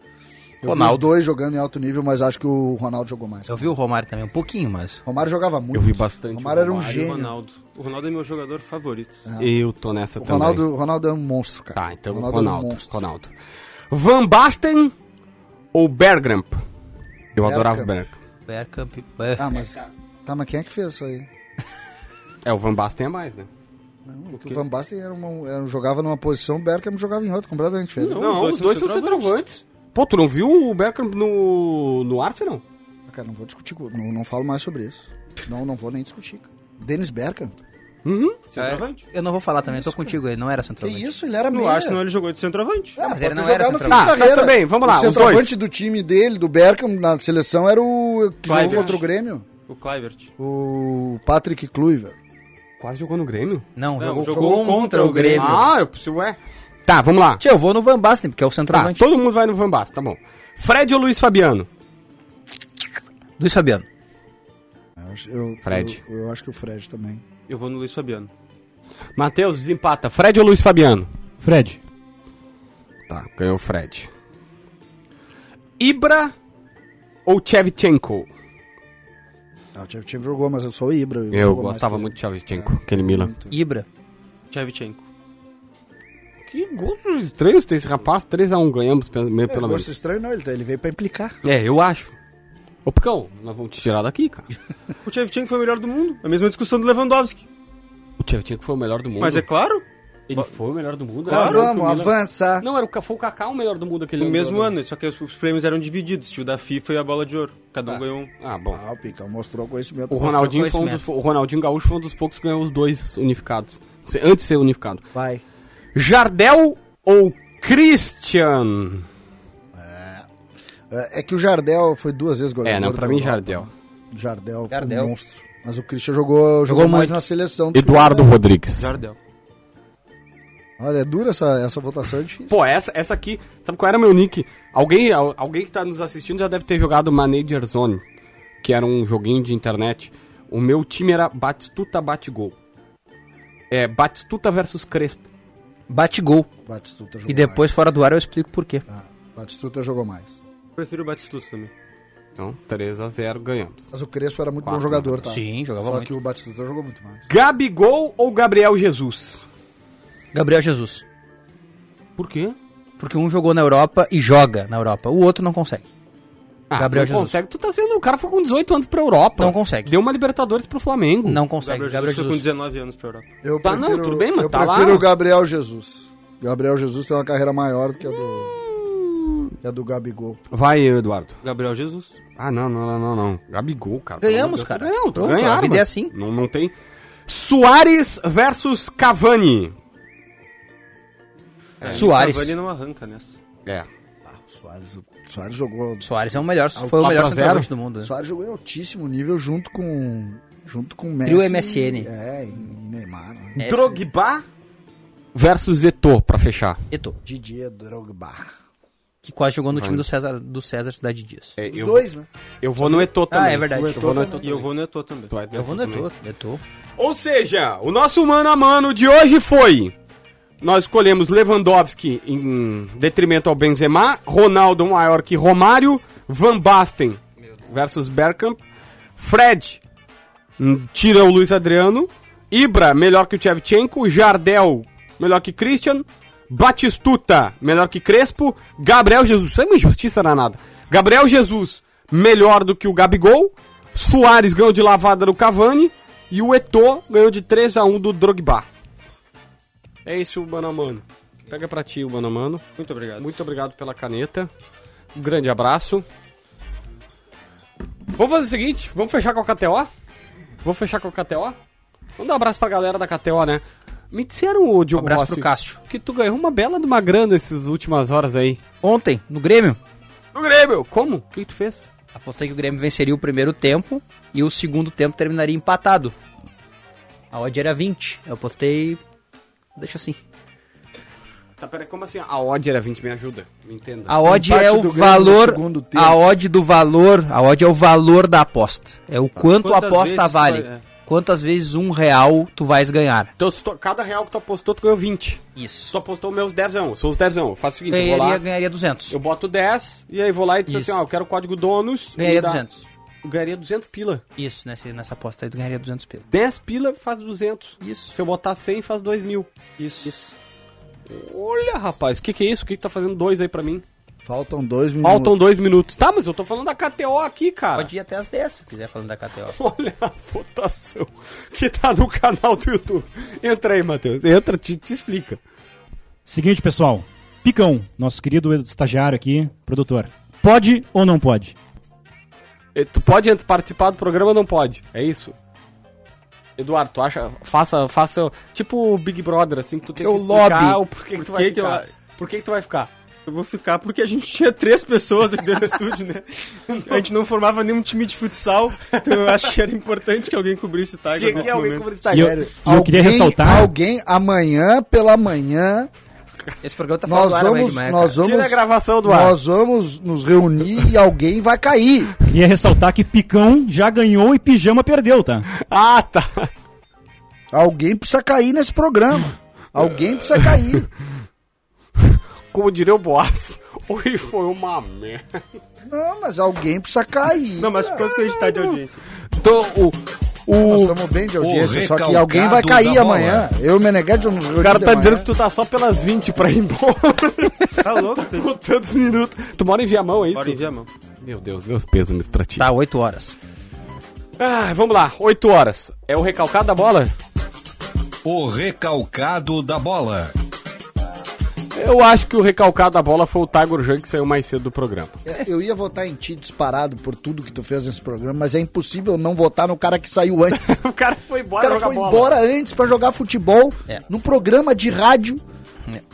S4: Eu
S3: Ronaldo.
S4: vi os dois jogando em alto nível, mas acho que o Ronaldo jogou mais.
S3: Eu vi o Romário também, um pouquinho, mas...
S4: O Romário jogava muito.
S2: Eu vi bastante
S4: O Romário
S2: o
S4: era um
S2: Romário e
S8: O
S4: gênio.
S8: Ronaldo. O Ronaldo é meu jogador favorito.
S2: Eu tô nessa
S4: O
S2: também.
S4: Ronaldo, o Ronaldo é um monstro, cara.
S2: Tá, então
S4: O
S2: Ronaldo.
S4: é um
S2: Ronaldo,
S4: monstro.
S2: Van Basten ou Bergkamp? Eu adorava o
S4: Bergkamp.
S2: Bergkamp.
S3: Bergkamp...
S4: Ah, mas, tá, mas quem é que fez isso aí?
S2: É, o Van Basten é mais, né?
S4: Não, que o Van Basten era uma, era, jogava numa posição, o Bergkamp jogava em outra, completamente diferente.
S2: Não, os dois são centroavantes. Pô, tu não viu o Bergkamp no, no Arsenal?
S4: Cara, não vou discutir, com- não, não falo mais sobre isso. Não, não vou nem discutir, cara. Denis Bergkamp?
S8: Centroavante?
S3: Ah, Eu não vou falar também, eu tô contigo aí, não era
S4: Que
S3: centroavante.
S4: isso, ele era
S8: No
S4: meia.
S8: Arsenal ele jogou de centroavante.
S3: Ah, mas ele
S4: Bota
S3: não
S4: jogar
S3: era
S4: no fim
S3: centroavante.
S4: de
S2: Ah,
S4: carreira.
S2: mas também, vamos lá,
S4: O
S2: os dois.
S4: centroavante do time dele, do Berkham, na seleção, era o que
S8: Kluivert.
S4: jogou contra o Grêmio.
S8: O Kluivert.
S4: O Patrick Kluivert.
S2: Quase jogou no Grêmio.
S3: Não,
S8: Não,
S3: jogou,
S8: jogou
S3: contra,
S8: contra
S3: o
S8: o
S3: Grêmio.
S2: Ah, eu preciso, é. Tá, vamos lá.
S3: Tchê, eu vou no Van Basten, porque é o
S2: Tá,
S3: centroavante.
S2: todo mundo vai no Van Basten, tá bom. Fred ou Luiz Fabiano?
S3: Luiz Fabiano.
S4: Eu acho- eu-
S2: Fred.
S4: Eu, eu acho que o Fred também.
S8: Eu vou no Luiz Fabiano.
S2: Matheus, desempata. Fred ou Luiz Fabiano?
S7: Fred.
S2: Tá, ganhou o Fred. Ibra ou Shevchenko?
S4: Ah, o Tchevchenko jogou, mas eu sou o Ibra.
S2: Eu
S4: jogo mais
S2: gostava
S4: que-
S2: muito de Shevchenko, aquele Milan.
S3: Ibra.
S8: Shevchenko.
S2: Que gostos estranhos tem esse rapaz. 3x1 ganhamos, pelo pelo
S4: É,
S2: menos.
S4: gosto estranho não, ele, tá- ele veio pra implicar.
S2: É, eu acho. Ô, Picão, nós vamos te tirar daqui, cara.
S8: O Shevchenko foi o melhor do mundo. É A mesma discussão do Lewandowski.
S2: O Shevchenko foi o melhor do mundo.
S8: Mas é claro,
S2: Ele foi o melhor do mundo.
S4: Ah,
S2: né?
S4: vamos,
S2: O Milan-
S4: avança.
S2: Não, era o, Ca- foi o Kaká o melhor do mundo aquele
S8: no mesmo
S2: jogador.
S8: ano, só que os os prêmios eram divididos. Tinha o da FIFA e a bola de ouro. Cada um ganhou um.
S2: Ah, bom.
S4: Ah, o Picão mostrou conhecimento.
S2: O Ronaldinho, foi um
S3: conhecimento.
S2: dos, o Ronaldinho Gaúcho foi um dos poucos que ganhou os dois unificados. Se- Antes de ser unificado.
S4: Vai.
S2: Jardel ou Christian?
S4: É é que o Jardel foi duas vezes goleador.
S2: É, não, pra mim
S4: da Europa.
S2: Jardel.
S4: Jardel, Jardel.
S3: Jardel.
S4: Foi um monstro. Mas o Christian jogou, jogou, mais
S3: muito.
S4: na seleção. do que-
S2: Eduardo Rodrigues.
S8: Jardel.
S4: Olha, é dura essa, essa votação, é difícil.
S2: Pô, essa, essa aqui, sabe qual era meu nick? Alguém, al- alguém que tá nos assistindo já deve ter jogado Manager Zone, que era um joguinho de internet. O meu time era Batistuta Bate Gol. É, Batistuta versus Crespo.
S3: Bate gol.
S4: Batistuta jogou
S3: E depois, fora do ar, eu explico por quê.
S4: mais. Ah, Batistuta jogou mais.
S8: Prefiro o Batistuta também.
S2: Então, 3 a 0 ganhamos.
S4: Mas o Crespo era muito
S2: Quatro,
S4: bom jogador, tá?
S3: Sim, jogava
S4: Só
S3: muito.
S4: que o Batistuta jogou muito mais.
S2: Gabigol ou Gabriel Jesus?
S3: Gabriel Jesus.
S2: Por quê?
S3: Porque um jogou na Europa e joga na Europa. O outro não consegue.
S2: Ah,
S3: Gabriel
S2: não
S3: Jesus.
S2: consegue. Tu tá sendo. O cara foi com 18 anos pra Europa.
S3: Não consegue.
S2: Deu um. uma Libertadores pro Flamengo.
S3: Não
S8: O
S3: consegue.
S8: Gabriel,
S3: Gabriel
S8: Jesus foi com
S3: Jesus.
S8: 19 anos pra Europa.
S4: Eu
S2: Tá, não, tudo bem, mas
S4: eu
S2: tá lá.
S4: prefiro o Gabriel Jesus. Gabriel Jesus tem uma carreira maior do que a do. que a do Gabigol.
S2: Vai, Eduardo.
S8: Gabriel Jesus.
S2: Ah, não, não, não, não, não. Gabigol, cara.
S3: Ganhamos,
S2: Pelo amor de
S3: cara.
S2: Deus. Não, tu
S3: Pronto,
S2: ganharam,
S3: a vida
S2: mas
S3: é assim.
S2: Não, não tem. Soares versus Cavani.
S3: Soares.
S8: Cavani não arranca nessa.
S2: É.
S4: Ah, o Soares, o Soares jogou.
S3: Soares é o melhor. Foi o
S2: 4 a
S3: melhor
S2: 0.
S3: centroavante do mundo.
S4: O
S3: né?
S4: Soares jogou em altíssimo nível junto com. junto com o Messi.
S3: Trio MSN.
S4: É, e e Neymar. né?
S3: Essa-
S2: Drogba versus Eto'o, pra fechar.
S3: Eto'o,
S4: Didier Drogba.
S3: que quase jogou no time do César, do César Cidade Dias.
S2: É,
S4: Os
S2: eu,
S4: dois, né?
S2: eu vou no Eto'o também.
S3: é verdade.
S2: Eu
S3: O
S2: vou no
S4: Eto'o
S2: Eto'o
S8: E eu vou no Eto'o também.
S2: também.
S3: Eu vou no Eto'o. Eto'o.
S2: Ou seja, o nosso mano a mano de hoje foi... Nós escolhemos Lewandowski em detrimento ao Benzema, Ronaldo maior que Romário, Van Basten versus Bergkamp, Fred hum, tira o Luiz Adriano, Ibra melhor que o Tchevchenko, Jardel melhor que Christian, Batistuta melhor que Crespo, Gabriel Jesus, isso é uma injustiça danada, Gabriel Jesus melhor do que o Gabigol, Soares ganhou de lavada do Cavani e o Eto'o ganhou de 3 a 1 do Drogba. É isso, o mano a mano. Pega pra ti o mano a mano.
S8: Muito obrigado.
S2: Muito obrigado pela caneta. Um grande abraço. Vamos fazer o seguinte, vamos fechar com a KTO? Vamos fechar com a KTO? Vamos dar um abraço pra galera da KTO, né? Me disseram, ô
S3: Um
S2: Diogo
S3: abraço
S2: Rossi,
S3: pro Cássio.
S2: que tu ganhou uma bela de uma grana essas últimas horas aí.
S3: Ontem, no Grêmio,
S2: No Grêmio! Como? O que que tu fez?
S3: apostei que o Grêmio venceria o primeiro tempo e o segundo tempo terminaria empatado. A odd era 20. Eu apostei... Deixa assim.
S2: Tá, peraí, como assim? A odd era 20, me ajuda. Me entenda.
S3: A odd
S4: empate
S3: é o
S4: do Grêmio no
S3: valor.
S4: segundo tempo.
S3: A odd do valor. A odd é o valor da aposta. É o quanto a
S8: Quantas
S3: aposta
S8: vezes
S3: vale.
S8: vai- é.
S3: Quantas vezes um real tu vais ganhar.
S2: Então, se tu- cada real que tu apostou, tu ganhou 20. Se tu
S3: Isso.
S2: apostou meus 10, eu sou os 10. Eu faço o seguinte, eu vou lá,
S3: Ganharia, ganharia 200.
S2: eu boto 10, e aí vou lá e diz
S3: Isso.
S2: assim, ó, eu quero o código donos.
S3: Ganharia
S2: me dá-
S3: 200.
S2: ganharia 200 pila.
S3: Isso, nessa, nessa aposta aí tu ganharia 200 pila.
S2: 10 pila faz 200.
S3: Isso.
S2: Se eu botar 100, faz 2 mil.
S8: Isso.
S2: Olha, rapaz, o que, que é isso? O que, que tá fazendo dois aí pra mim?
S4: Faltam dois minutos.
S2: Faltam dois minutos. Tá, mas eu tô falando da KTO aqui, cara.
S3: Pode ir até as 10 se quiser falando da KTO.
S2: Olha a votação que tá no canal do YouTube. Entra aí, Matheus. Entra, te, te explica.
S7: Seguinte, pessoal. Picão, nosso querido estagiário aqui, produtor. Pode ou não pode?
S2: E Tu pode ent- participar do programa ou não pode? É isso? Eduardo, tu acha. Faça. faça tipo o Big Brother, assim, que tu tem
S3: Teu
S2: que explicar
S3: lobby.
S2: o porquê que tu
S8: Por
S2: vai
S8: que que eu-
S2: ficar. Por que, que tu vai ficar?
S8: Eu vou ficar porque a gente tinha três pessoas aqui dentro do estúdio, né? A gente não formava nenhum Um time de futsal, então eu acho que era importante que alguém cobrisse o Tiger
S2: Tinha
S8: nesse
S2: que alguém
S8: momento.
S2: cobrir tá
S7: E eu, e eu queria ressaltar.
S4: Alguém, amanhã pela manhã,
S3: Esse programa tá
S4: nós
S3: falando do ar amanhã
S4: vamos,
S3: de manhã,
S4: nós
S3: cara.
S4: vamos,
S2: Tira a gravação do ar.
S4: nós vamos nos reunir e alguém vai cair.
S7: Queria é ressaltar que Picão já ganhou e Pijama perdeu, tá?
S2: Ah, tá.
S4: Alguém precisa cair nesse programa. Alguém precisa cair.
S2: Como diria o Boas, Oi, foi uma merda.
S4: Não, mas alguém precisa cair.
S8: Não, mas quanto que a gente tá de audiência?
S2: Então, o,
S4: Nós
S2: o,
S4: estamos bem de audiência, só que
S1: recalcado
S4: alguém vai
S1: da
S4: cair
S1: bola.
S4: amanhã. Eu e o Meneghete vamos
S2: o cara tá dizendo que tu tá só pelas 20 pra ir embora.
S8: Tá louco? Tem...
S2: Com tantos minutos. Tu mora em Viamão, é isso?
S8: Bora enviar a mão.
S2: Meu Deus, meus pêsames pra ti.
S3: Tá, 8 horas.
S2: Ah, vamos lá, 8 horas. É o recalcado da bola?
S1: O recalcado da bola.
S2: Eu acho que o recalcado da bola foi o Tiger Jan que saiu mais cedo do programa.
S4: É, Eu ia votar em ti disparado por tudo que tu fez nesse programa, mas é impossível não votar no cara que saiu antes.
S2: O cara foi
S4: O
S2: embora
S4: cara foi embora antes pra jogar futebol
S3: É.
S4: num programa de rádio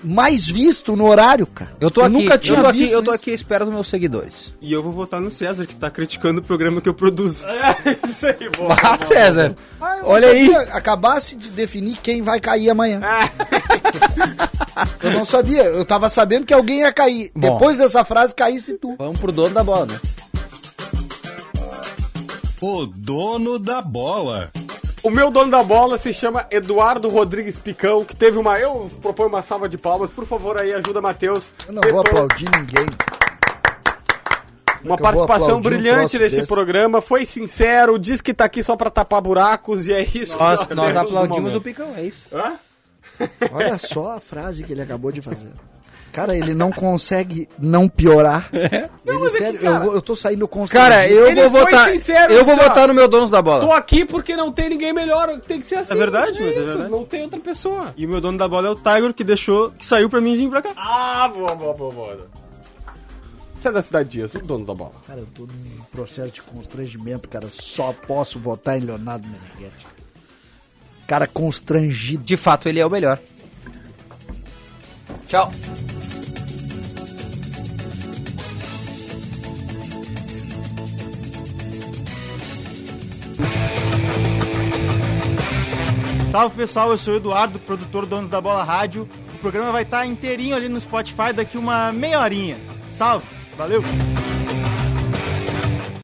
S4: mais visto no horário, cara.
S3: Eu tô aqui,
S4: nunca tinha
S3: eu tô aqui,
S4: visto
S3: eu tô
S4: isso.
S3: aqui à espera dos meus seguidores.
S8: E eu vou votar no César, que tá criticando o programa que eu produzo.
S2: Isso aí, boa.
S3: Ah, César!
S4: Ah, eu não
S3: Olha aí!
S4: sabia. Acabasse de definir quem vai cair amanhã.
S2: É.
S4: eu não sabia. Eu tava sabendo que alguém ia cair.
S3: Bom.
S4: Depois dessa frase, caísse tu.
S3: Vamos pro dono da bola, né?
S1: O dono da bola.
S2: O meu dono da bola se chama Eduardo Rodrigues Picão, que teve uma. Eu proponho uma salva de palmas, por favor, aí ajuda Matheus.
S4: Eu não vou
S2: Depois-
S4: aplaudir ninguém.
S2: Uma
S4: que eu vou
S2: participação
S4: aplaudir um
S2: brilhante
S4: troço
S2: nesse
S4: desse?
S2: programa, foi sincero, diz que tá aqui só pra tapar buracos e é isso. que
S3: Nós,
S2: temos
S3: nós
S2: no
S3: aplaudimos
S2: momento.
S3: o Picão, é isso.
S2: Hã?
S4: Olha só a frase que ele acabou de fazer. Cara, ele não consegue não piorar.
S3: É?
S4: Ele, sério, eu, vou- eu tô saindo constrangido.
S3: Cara, eu
S2: Ele
S3: vou
S2: foi
S3: votar.
S2: sincero,
S3: eu vou
S2: disse, ó,
S3: votar no meu dono da bola.
S2: Tô aqui porque não tem ninguém melhor, tem que ser assim.
S8: É verdade,
S2: não
S8: mas é
S2: isso,
S8: verdade.
S2: Não tem outra pessoa.
S8: E o meu dono da bola é o Tiger, que deixou, que saiu pra mim vir pra cá.
S2: Ah, boa, boa, boa, boa. Você é da Cidade Dias, o dono da bola.
S4: Cara, eu tô num processo de constrangimento, cara. Só posso votar em Leonardo Meneghetti. Cara constrangido.
S3: De fato, ele é o melhor. Tchau.
S6: Salve pessoal, eu sou o Eduardo, produtor do Donos da Bola Rádio.
S8: tá
S6: O programa vai estar inteirinho ali no Spotify daqui uma meia horinha. Salve, valeu!